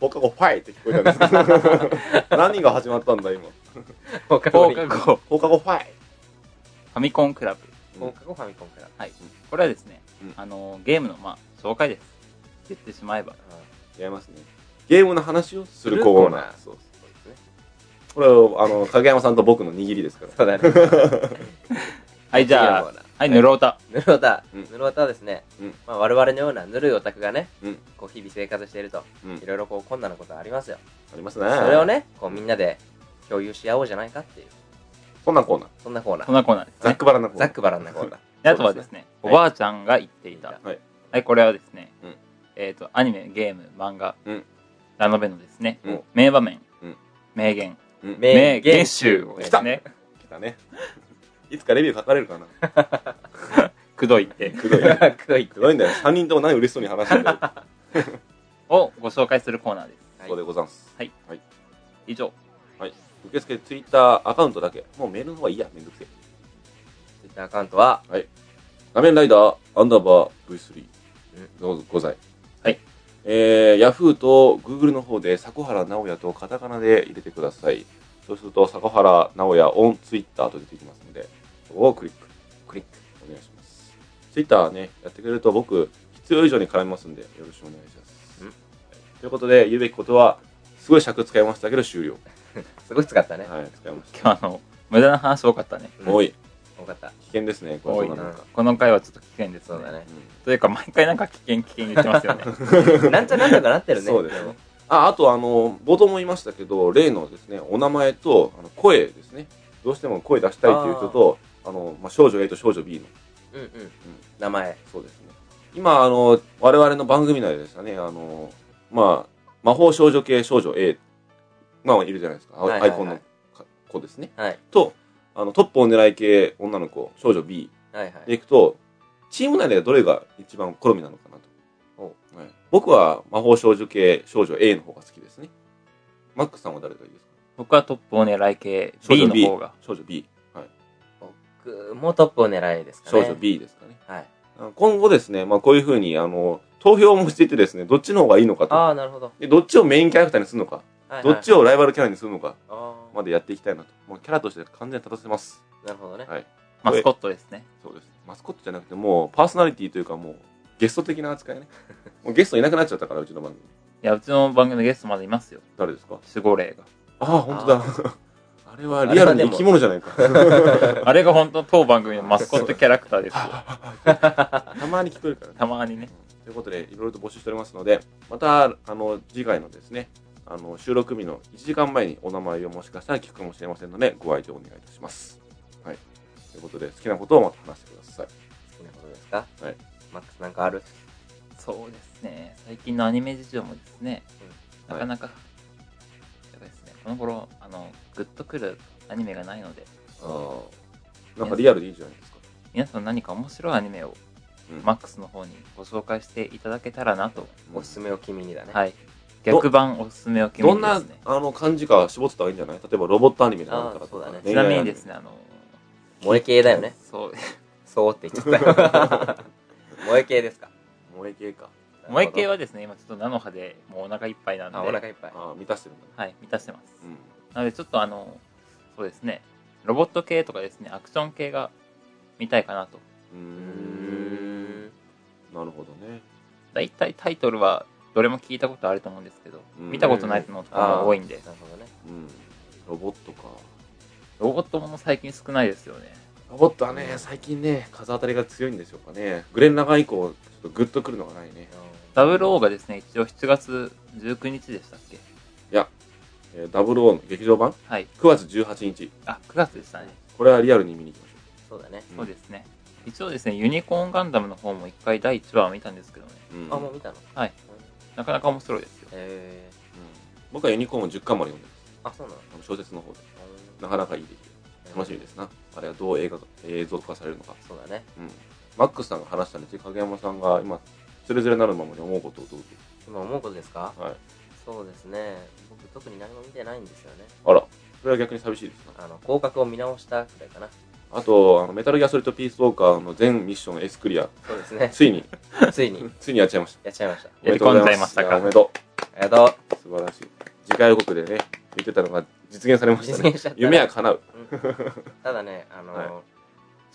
S1: 僕がファイって聞こえたんですけど。何が始まったんだ、今。
S3: 放課後
S2: 放
S3: フ
S2: 課
S3: ァミ
S2: 後フ
S1: 放課後ファイ。
S2: ァミコンクラブ。
S3: 放課後ファミコンから。
S2: これはですね、
S1: うん
S2: あのゲームの、まあ、紹介です。言ってしまえば。
S1: 違いますね。ゲームの話をするコーナー。
S3: するコーナーそうですね
S1: これを、あの、影山さんと僕の握りですから。
S3: そうだね。
S2: はい、じゃあ、
S3: あ、
S2: はい、ぬろうた。
S3: ぬるおた
S1: うん、
S3: ぬるおたはですね
S1: うん、
S3: まあ我々のようなぬるいオタクがね
S1: うん、
S3: こう日々生活していると、
S1: うん
S3: いろいろこう困難なことがありますよ。
S1: ありますね。
S3: それを。ね、こうみんなで共有し合おうじゃないかっていう、
S1: こんなコーナー。
S3: そんなコーナ
S2: こ
S3: ー。
S2: んなコーナーです
S1: ざっ
S2: ね。
S1: くばらんなコー
S3: ざ
S1: ナ
S3: っ
S1: ー。
S3: くばらんなコーナー。
S2: であとはですね、
S3: そ
S2: お
S3: うですねはい
S2: ばあちゃんが言っていた。
S1: はい
S2: はい、これはですね、
S1: うん
S2: えっ、と、アニメ、ゲーム、漫画、
S1: うん
S2: ラノベのですね、
S1: うん
S2: 名場面、
S1: うん
S2: 名言、
S1: うん
S3: 名
S2: 名言集をで
S1: 来
S2: す
S1: た
S2: ね
S1: ね。。来たね。いつかレビュー書かれるかな。
S2: くどいって、
S1: くどい。
S3: くどいって
S1: くどいんだよ。3人とも何嬉しそうに話してんだよ。
S2: をご紹介するコーナーです。
S3: はい
S1: そうでござんす。
S2: 以上。
S1: 受付ツイッターアカウントだけ。もうメールの方がいいや。めんどくせえ。
S3: Twitter アカウントは、
S1: 画面ライダー、アンダーバー V3 ごござい。
S2: はい。
S1: えー、Yahoo と Google の方で、迫原直也とカタカナで入れてください。そうすると、迫原直也オンツイッターと出てきますので、そこをクリック。
S3: クリック。
S1: お願いします。ツイッターね、やってくれると僕、必要以上に絡みますんで、よろしくお願いします。
S3: うん
S1: はいということで、言うべきことは、すごい尺使いましたけど終了。
S3: すごい使ったね。
S1: はい、使いまし
S2: 今日あの、無駄な話多かったね。
S3: う
S1: た。
S3: ん
S1: 多い。
S3: 多かった。
S1: 危険ですね、こ
S2: 多
S1: れ
S2: い
S1: どうな
S2: な
S1: のか。。
S2: この回はちょっと危険です、
S3: そうだ。ね。
S2: というか、毎回なんか危険危険言ってますよ ね。
S3: なんちゃなんとかなってるね。
S1: そうですね。あ、あと、あの、冒頭も言いましたけど、例のですね、お名前と、あの声ですね。どうしても声出したいという人と、あの、まあ、少女 A と少女 B の
S3: うんうん。名前。
S1: そうですね。今、あの、我々の番組内でですね、あの、まあ、魔法少女系少女 A、まあ、いるじゃないですか。
S3: はいはいはい
S1: アイコンのか子ですね。
S3: はい。
S1: と、あの、トップを狙い系女の子、少女 B
S3: はいは
S1: で
S3: い。
S1: いくと、チーム内ではどれが一番好みなのかなと。はい僕は魔法少女系少女 A の方が好きですね。マックさんは誰がいいですか
S2: 僕はトップを狙い系、
S1: 少
S2: B
S1: 女
S2: の
S1: B
S2: 方が。
S1: 少女 B。はい。
S3: 僕もトップを狙いですか
S1: 少
S3: ね。
S1: 女 B ですかね。
S3: はい。
S1: あの今後ですね、まあこういうふうに、あの、投票もしていってですね、どっちの方がいいのかと。
S3: ああ、なるほど。
S1: で、どっちをメインキャラクターにするのか、
S3: はいはい
S1: どっちをライバルキャラにするのか、
S3: あー
S1: までやっていきたいなと。もうキャラとして完全に立たせます。
S3: なるほどね。
S1: はい。
S2: マスコットですね。
S1: そうです。マスコットじゃなくて、もうパーソナリティというか、もうゲスト的な扱いね。もうゲストいなくなっちゃったから、うちの番組。
S2: いや、うちの番組のゲストまでいますよ。
S1: 誰ですか
S2: 守護霊
S1: ああ、本当だ。あれはリアルに生き物じゃないか。
S2: が。あれが本当当番組のマスコットキャラクターですよ。
S1: たまに聞こえるからね。
S2: たまにね。
S1: ということで、いろいろと募集しておりますので、また、あの、次回のですね、あの、収録日の1時間前にお名前をもしかしたら聞くかもしれませんので、ご愛聴お願いいたします。はい。ということで、好きなことをまた話してください。
S3: 好きなことですか
S1: はい。
S3: マックスなんかある
S2: そうですね。最近のアニメ事情もですね、
S1: うん
S2: なかなか、やばいですね。この頃、あの、グッとくるアニメがないので、
S1: ああ。なんかリアルでいいじゃないですか。
S2: 皆さん何か面白いアニメを、
S1: うん
S2: マックスの方にご紹介していただけたらなと。
S1: うん
S3: おすすめを君にだね。い。
S2: はい。逆版おすすめを決め
S1: ど
S2: て
S1: ん
S2: で
S1: な
S2: すね。
S1: あの感じか絞ってたらいいんじゃない例えばロボットアニメなんだ
S3: あーそうだね
S2: ちなみにですね、あの、
S3: 萌え系だよね。
S2: そう、
S3: そうって言っちゃったよ。萌え系ですか。
S1: 萌え系か。
S2: 萌え系はですね、今ちょっと菜の葉でもうお腹いっぱいなんで、
S3: あ、お腹いっぱい。
S1: ああ、満たしてるんだね。
S2: はい、満たしてます。
S1: うん。
S2: なのでちょっとあの、そうですね、ロボット系とかですね、アクション系が見たいかなと。
S1: うー
S3: うー
S1: ん
S3: ん。
S1: なるほどね。
S2: 大体タイトルはどれも聞いたことあると思うんですけど、
S1: うん
S2: 見たことないのとかが多いんで、
S3: なるほどね。
S1: うん。ロボットか。
S2: ロボットもの最近少ないですよね。
S1: ロボットはね、最近ね、風当たりが強いんでしょうかね。グレンラガン以降、ちょっとグッとくるのがないね。
S2: 00がですね、一応7月19日でしたっけ
S1: えー、00の劇場版
S2: はい。
S1: 9月18日。
S2: あ、9月でしたね。
S1: これはリアルに見に行きましょ
S3: そうだね。
S1: うん
S2: そうですね。一応ですね、ユニコーンガンダムの方も一回第1話を見たんですけどね、
S1: う。うん
S3: あ、もう見たの
S2: はい。なかなか面白いですよ。
S3: え
S1: 僕はユニコーンを10巻まで読んでます
S3: ー、あ、そうなの
S1: あの小説の方でなかなかいい出来で楽しみですなあれはどう映画化映像化されるのか、
S3: そうだね。
S1: うん、マックスさんが話したんで影山さんが今つれづれなるままに思うことをどうぞ
S3: 今思うことですか
S1: はい
S3: そうですね。僕特に何も見てないんですよね。
S1: あらそれは逆に寂しいですな
S3: あの、広角を見直したくらいかな。
S1: あとあのメタルギアソリッドピースウォーカーの全ミッションエスクリア
S3: そうで すね。
S1: ついに
S3: ついに、
S1: ついにやっちゃいました
S3: やっちゃいました。
S1: おめでとうございます
S2: やり込んじゃいましたか
S1: やおめでと
S3: ありがと
S1: う素晴らしい次回予告でね言ってたのが実現されました
S3: 実
S1: ね
S3: 現しちゃったね
S1: 夢は叶う
S3: う。うんただね、あの、
S1: はい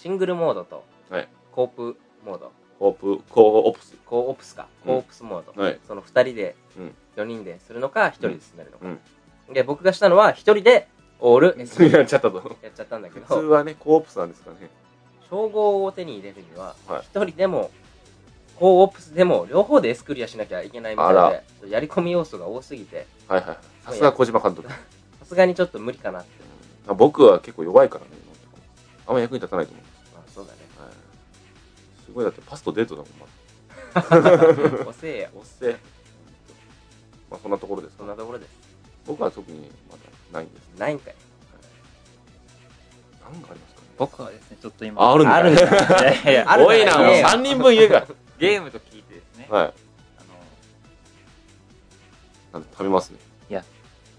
S3: シングルモードと、
S1: はい
S3: コープモード、
S1: コープコーオプス
S3: コーオプスか、
S1: うん
S3: コーオプスモード、
S1: はい
S3: その2人で、
S1: うん
S3: 4人でするのか、1人で進めるのか。
S1: うん
S3: で、僕がしたのは、1人でオール S
S1: やっちゃったと
S3: やっちゃったんだけ
S1: 普
S3: ど、
S1: 通はねコーオプスなんですかね
S3: 称号を手に入れるには、
S1: はい
S3: 一人でも、コーオプスでも、両方でエスクリアしなきゃいけないみたい
S1: あ
S3: で、ちょっとやり込み要素が多すぎて、
S1: はいはいさすが小島監督
S3: さすがにちょっと無理かなって。
S1: あ僕は結構弱いからね今のとこあんま役に立たないと思いま
S3: まあ、そうだね。
S1: す、はい、すごいだってパスとデートだもんまだ
S3: 遅えや。
S1: おっせまあそんなところです
S3: そ
S1: か
S3: んなところです。
S1: 僕は特にまだないんですね
S3: ないんかい。
S1: 何がありますかね
S2: 僕はですね、ちょっと今、
S1: ああるんだ
S3: あるんだ。
S2: いやいやいや
S3: あるん
S1: 多
S3: だ
S1: いなもう
S3: ね
S1: 3人分言うか
S2: ゲームと聞いてですね、
S1: らはい
S2: あの
S1: なんで食べますね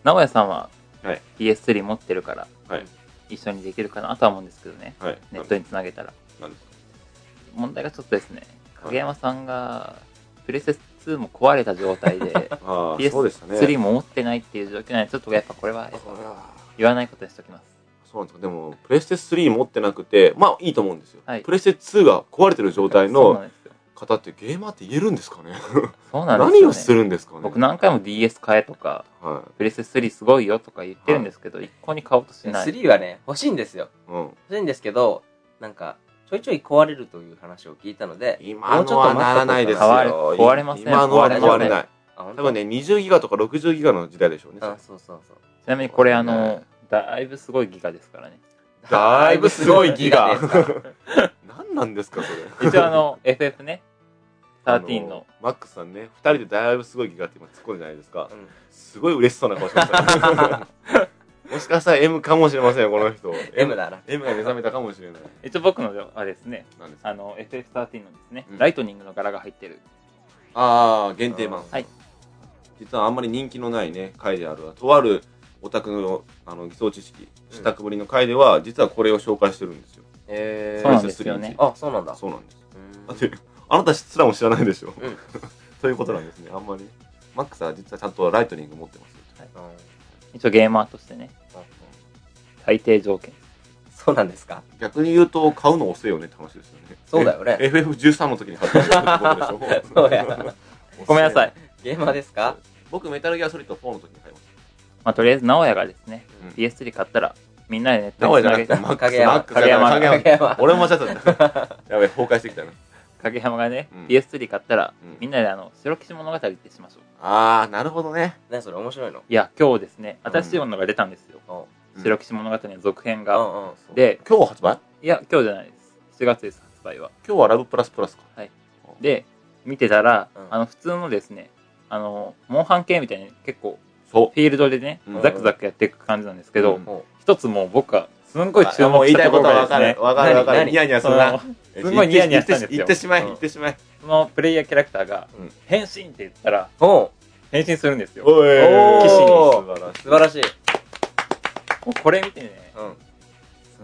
S2: 名古屋さんは
S1: はい
S2: PS3 持ってるから、
S1: はい
S2: 一緒にできるかなとは思うんですけどね
S1: はい
S2: ネッ
S1: な
S2: トにつなげたら
S1: なんですか
S2: 問題がちょっとですね
S1: はい
S2: 影山さんがプレセス2も壊れた状 態で
S1: ああそうでしたね
S2: PS3 も持ってないっていう状況なんでちょっとやっぱこれはやっぱ
S1: これは
S2: 言わないことにしときます
S1: そうなんですかでもプレステ3持ってなくてまあいいと思うんですよ、
S2: はい
S1: プレステ2が壊れてる状態
S2: そうな
S1: の
S2: んですよ
S1: 方ってゲーマーって言えるんですかね
S2: そうなんですよ、ね、
S1: 何をするんですかね
S2: 僕何回も DS 買えとか
S1: は
S2: プレセス3すごいよとか言ってるんですけど、一向に買おうとしない
S3: 3はね、欲しいんですよ。
S1: いうん
S3: 欲しいんですけど、なんか、ちょいちょい壊れるという話を聞いたので、
S1: 今のはならないですよ。
S2: もうちょっと待っとこうかな壊れ壊れません
S1: 今のは
S3: 壊れ
S1: 壊れない。
S3: あ、本
S1: 多
S3: 当
S1: 分ね、20ギガとか60ギガの時代でしょうね。
S3: あ、そうそうそう。
S2: ちなみにこれあ
S1: ね
S2: のだいぶすごいギガですからね
S1: だいぶすごいギ ガ
S3: ですから。
S1: 何なんですか、それ。
S2: 一応 あの FF ね13の。
S1: マックスさんね、2人でだいぶすごいギガって今突っ込んでないですか
S3: う。ん
S1: すごい嬉しそうな顔してま したね。もしかしたら M かもしれませんよ、この人。
S3: M。だな。
S1: M が目覚めたかもしれない。
S2: 一応僕のあれですね
S1: なんですか
S2: あの FF13 のですね、
S1: うん
S2: ライトニングの柄が入ってる
S1: ああ、限定版。
S2: はい
S1: 実はあんまり人気のないね、回である。とあるオタクのあの偽装知識、知ったくぶりの回では、実はこれを紹介してるんですよ。
S3: え
S2: そうなん
S3: ー。
S2: ですよね
S3: あ、そうなんだ。
S1: そうなんです。
S3: うん
S1: だって、あなたすらも知らないでしょ。
S3: うん
S1: ということなんですね、あんまり。マックスは実はちゃんとライトニング持ってますよ。
S3: うん
S2: 一応ゲーマーとしてね最低条件
S3: そうなんですか
S1: 逆に言うと、買うの遅いよねって話ですよね。
S3: そうだよね
S1: え FF13 の時に発売したってことでしょ。
S3: そうや。
S2: ごめんなさい、
S3: ゲーマーですか
S1: 僕、メタルギアソリッド4の時に買いまし
S2: まあ、とりあえず直哉がですね、
S1: うん
S2: PS3 買ったらみんなでネッ
S1: た。
S2: トにつ
S1: じゃ
S2: な
S1: な
S2: げ
S1: くて、
S2: て影
S1: マ
S2: 山
S1: ックス、
S3: 影山
S1: マックスだな、
S2: 影
S1: 影山。
S2: 山
S3: 影山
S1: 俺も間違ってた。やべえ、崩壊してきたな。
S2: がね、
S1: うん
S2: PS3 買ったら、
S1: うん
S2: みんなであの白騎士物語ってしましょう
S1: あー、なるほどね。
S3: ね、それ面白いの。
S2: いや今日ですね新しいものが出たんですよ、
S3: おう
S1: うん
S2: 白騎士物語の続編
S3: う
S2: が、
S3: んうん。
S2: で
S1: 今日発売
S2: いや今日じゃないです7月です発売は
S1: 今日はラブプラスプラスか。
S2: で見てたら、
S3: うん
S2: あの普通のですねあのモンハン系みたいに結構
S1: そ
S2: フィールドでね、
S1: うん
S2: ザクザクやっていく感じなんですけど、
S1: うん
S3: おう
S2: 一つもう僕はすん
S1: う。
S2: ごい注目
S1: 言い
S2: した
S1: たい
S2: とこ
S1: ことはわ
S2: ろがです
S1: か
S2: ね
S1: る。わかるわかる。
S3: 何
S1: ニヤニヤす
S2: そ
S1: るな
S2: の。すごいニヤニヤしたんですよ
S1: 言ってしまえ、
S3: うん
S1: 言ってしまえ。
S2: そのプレイヤーキャラクターが
S1: うん
S2: 「変身」って言ったら
S3: おう
S2: 変身するんですよも
S1: おい
S3: おー
S1: 素晴らしい
S3: 素晴らしい。
S2: うこれ見てね
S3: うん。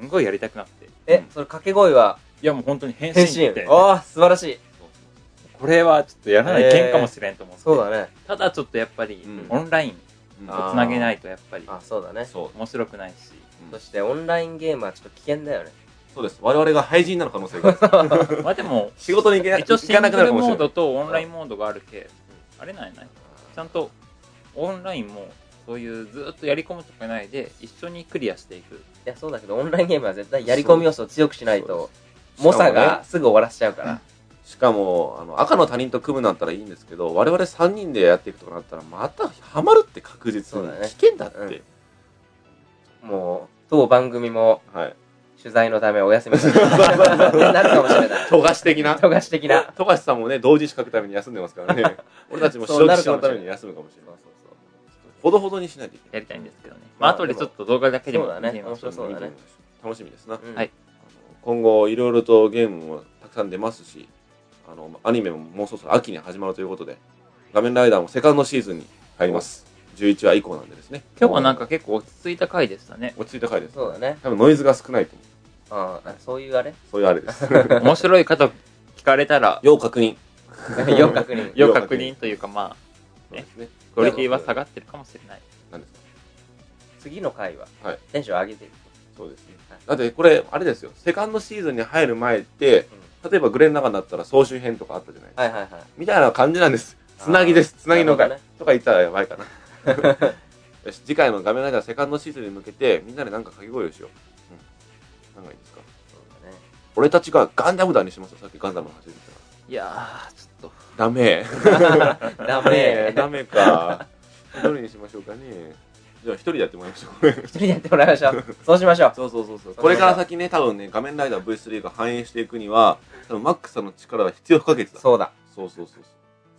S2: すんごいやりたくなってい
S3: え、それ掛け声は
S2: やもう本当に変身
S3: 変
S2: っ
S3: 身
S2: て。
S3: ああ、素晴らしい。
S2: これはちょっとやらないけんかもしれんと思って、
S3: そうだね。
S2: ただちょっとやっぱり、
S1: うん
S2: オンライン
S1: うん
S3: あ
S2: とつなげないとやっぱり
S3: あ、そうだね。
S2: そう面白くないし
S3: そしてオンラインゲームはちょっと危険だよね。
S1: そうです。我々が廃人なの可能性があります。
S2: まあでも
S1: 仕事に行けな
S2: 一応シ
S1: 行か
S2: ン
S1: なく
S2: グ
S1: なるか
S2: ル
S1: もし
S2: モ
S1: れ
S2: ー
S1: ない。
S2: ドとオンラインモードがあるけあれなんやないちゃんとオンラインもそういうずっとやり込むとかないで一緒にクリアしていく
S3: いや、そうだけど、オンラインゲームは絶対やり込み要素を強くしないと、猛者がすぐ終わらせちゃうから。
S1: しかも、あの、赤の他人と組むなったらいいんですけど、我々3人でやっていくとかなったら、またハマるって確実に
S3: そうだね
S1: 危険だって。
S3: もう、当番組も
S1: はい。
S3: 取材のためお休みになるかもし れない。
S1: 富樫的な。
S3: 人がし的な。
S1: 富樫さんもね、同時資格ために休んでますからね。 俺たちも
S3: そう
S1: 白
S3: な
S1: 騎
S3: る
S1: 士
S3: か
S1: の
S3: もし
S1: た
S3: れない
S1: めに休むかもしれない。
S3: そうそう
S1: ほどほどにしないといけない。
S2: やりたいんですけどねまあ後でちょっと動画だけでも
S3: そうだね
S2: 見てみましょう
S3: 面白そうだね
S1: 楽しみですな。
S3: そううん
S2: はい
S1: あの今後いろいろとゲームもたくさん出ますしあのアニメももうそろそろ秋に始まるということで「画面ライダー」もセカンドシーズンに入ります11話以降なんでですね
S2: 今日はなんか結構落ち着いた回で したね
S1: 落ち着いた回です
S3: そうだね。
S1: 多分ノイズが少ないと思う
S3: ああそういうあれ
S1: そういうあれです
S2: 面白いかと聞かれたら
S1: 要確認
S3: よく確認。
S2: よ確認というかまあ
S1: そうですね
S2: クオリティは下がってるかもしれない
S1: なんですか
S3: 次の回は
S1: はい
S3: テンション上げていく。
S1: そうですね
S3: はい
S1: だってこれあれですよセカンドシーズンに入る前って例えばグレン・ラガンだったら総集編とかあったじゃないですか、
S3: はいはいはい。
S1: みたいな感じなんですつなぎですつなぎの回、
S3: なる
S1: と
S3: ほど
S1: か言ったらやばいかなよし次回の画面ライダーセカンドシーズンに向けてみんなでなんか掛け声をしよう、うん、なんかいいですか
S3: そうだね
S1: 俺たちがガンダムだにしますよさっきガンダムの話でしたか
S2: いやーちょっと
S1: らダメ
S3: ダ
S1: ダメ
S3: メ。
S1: ダメかどれにしましょうかねじゃあ一人でやってもらいましょうこれ
S3: 一人でやってもらいまし ょう。そうしましょう。
S1: そうそうそうそうこれから先ね多分ね画面ライダー V3 が反映していくには多分マックさんの力は必要不可欠だ
S3: そうだ。
S1: そうそうそうそう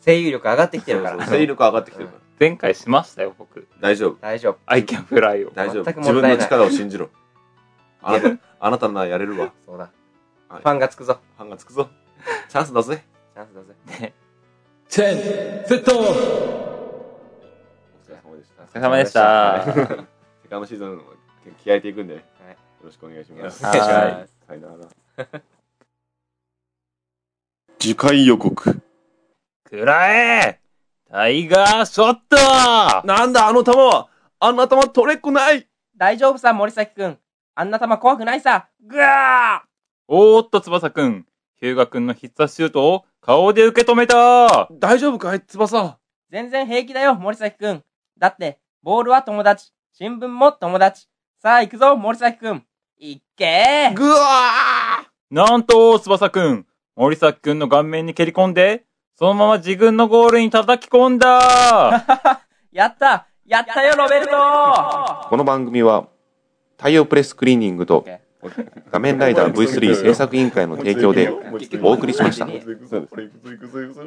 S3: 声優力上がってきてるか
S1: そう
S3: ら。
S1: そう勢力上がってきてるから、
S2: 前回しましたよ僕
S1: 大丈夫
S3: 大丈夫。
S2: I can fly を
S1: 大丈夫
S3: 全く
S1: 自分
S3: 問題ない
S1: の力を信 じろあなたあなたならやれるわ
S3: そうだ。
S1: はい
S3: ファンがつくぞ。
S1: ファンがつくぞチャンスだぜ
S3: チャンスだぜ。
S2: チェンセット
S1: お疲れ様でした
S2: お疲れ様でした
S1: セカンドシーズンも気合いていくんで、よろしくお願いします
S3: よろしくお願いします
S1: さよなら
S4: 次回予告
S2: くらえタイガーショット
S1: なんだあの球はあんな球取れっこない
S3: 大丈夫さ、森崎くん。あんな球怖くないさ。ぐわ
S2: おーっと翼くんヒューガくんの必殺シュートを顔で受け止めた
S1: 大丈夫かい翼
S3: ー全然平気だよ、森崎くん。だって、ボールは友達。新聞も友達。さあ行くぞ、森崎くん。いっけー
S1: ぐわ
S2: なんと翼くん森崎くんの顔面に蹴り込んでそのまま自分のゴールに叩き込んだ
S3: やったやったよ、ロベルト
S1: ーこの番組は太陽プレスクリーニングと
S3: OK
S1: 画面ライダー V3 制作委員会の提供でお送りしました
S4: いくぞいくぞいくぞいくぞいくぞ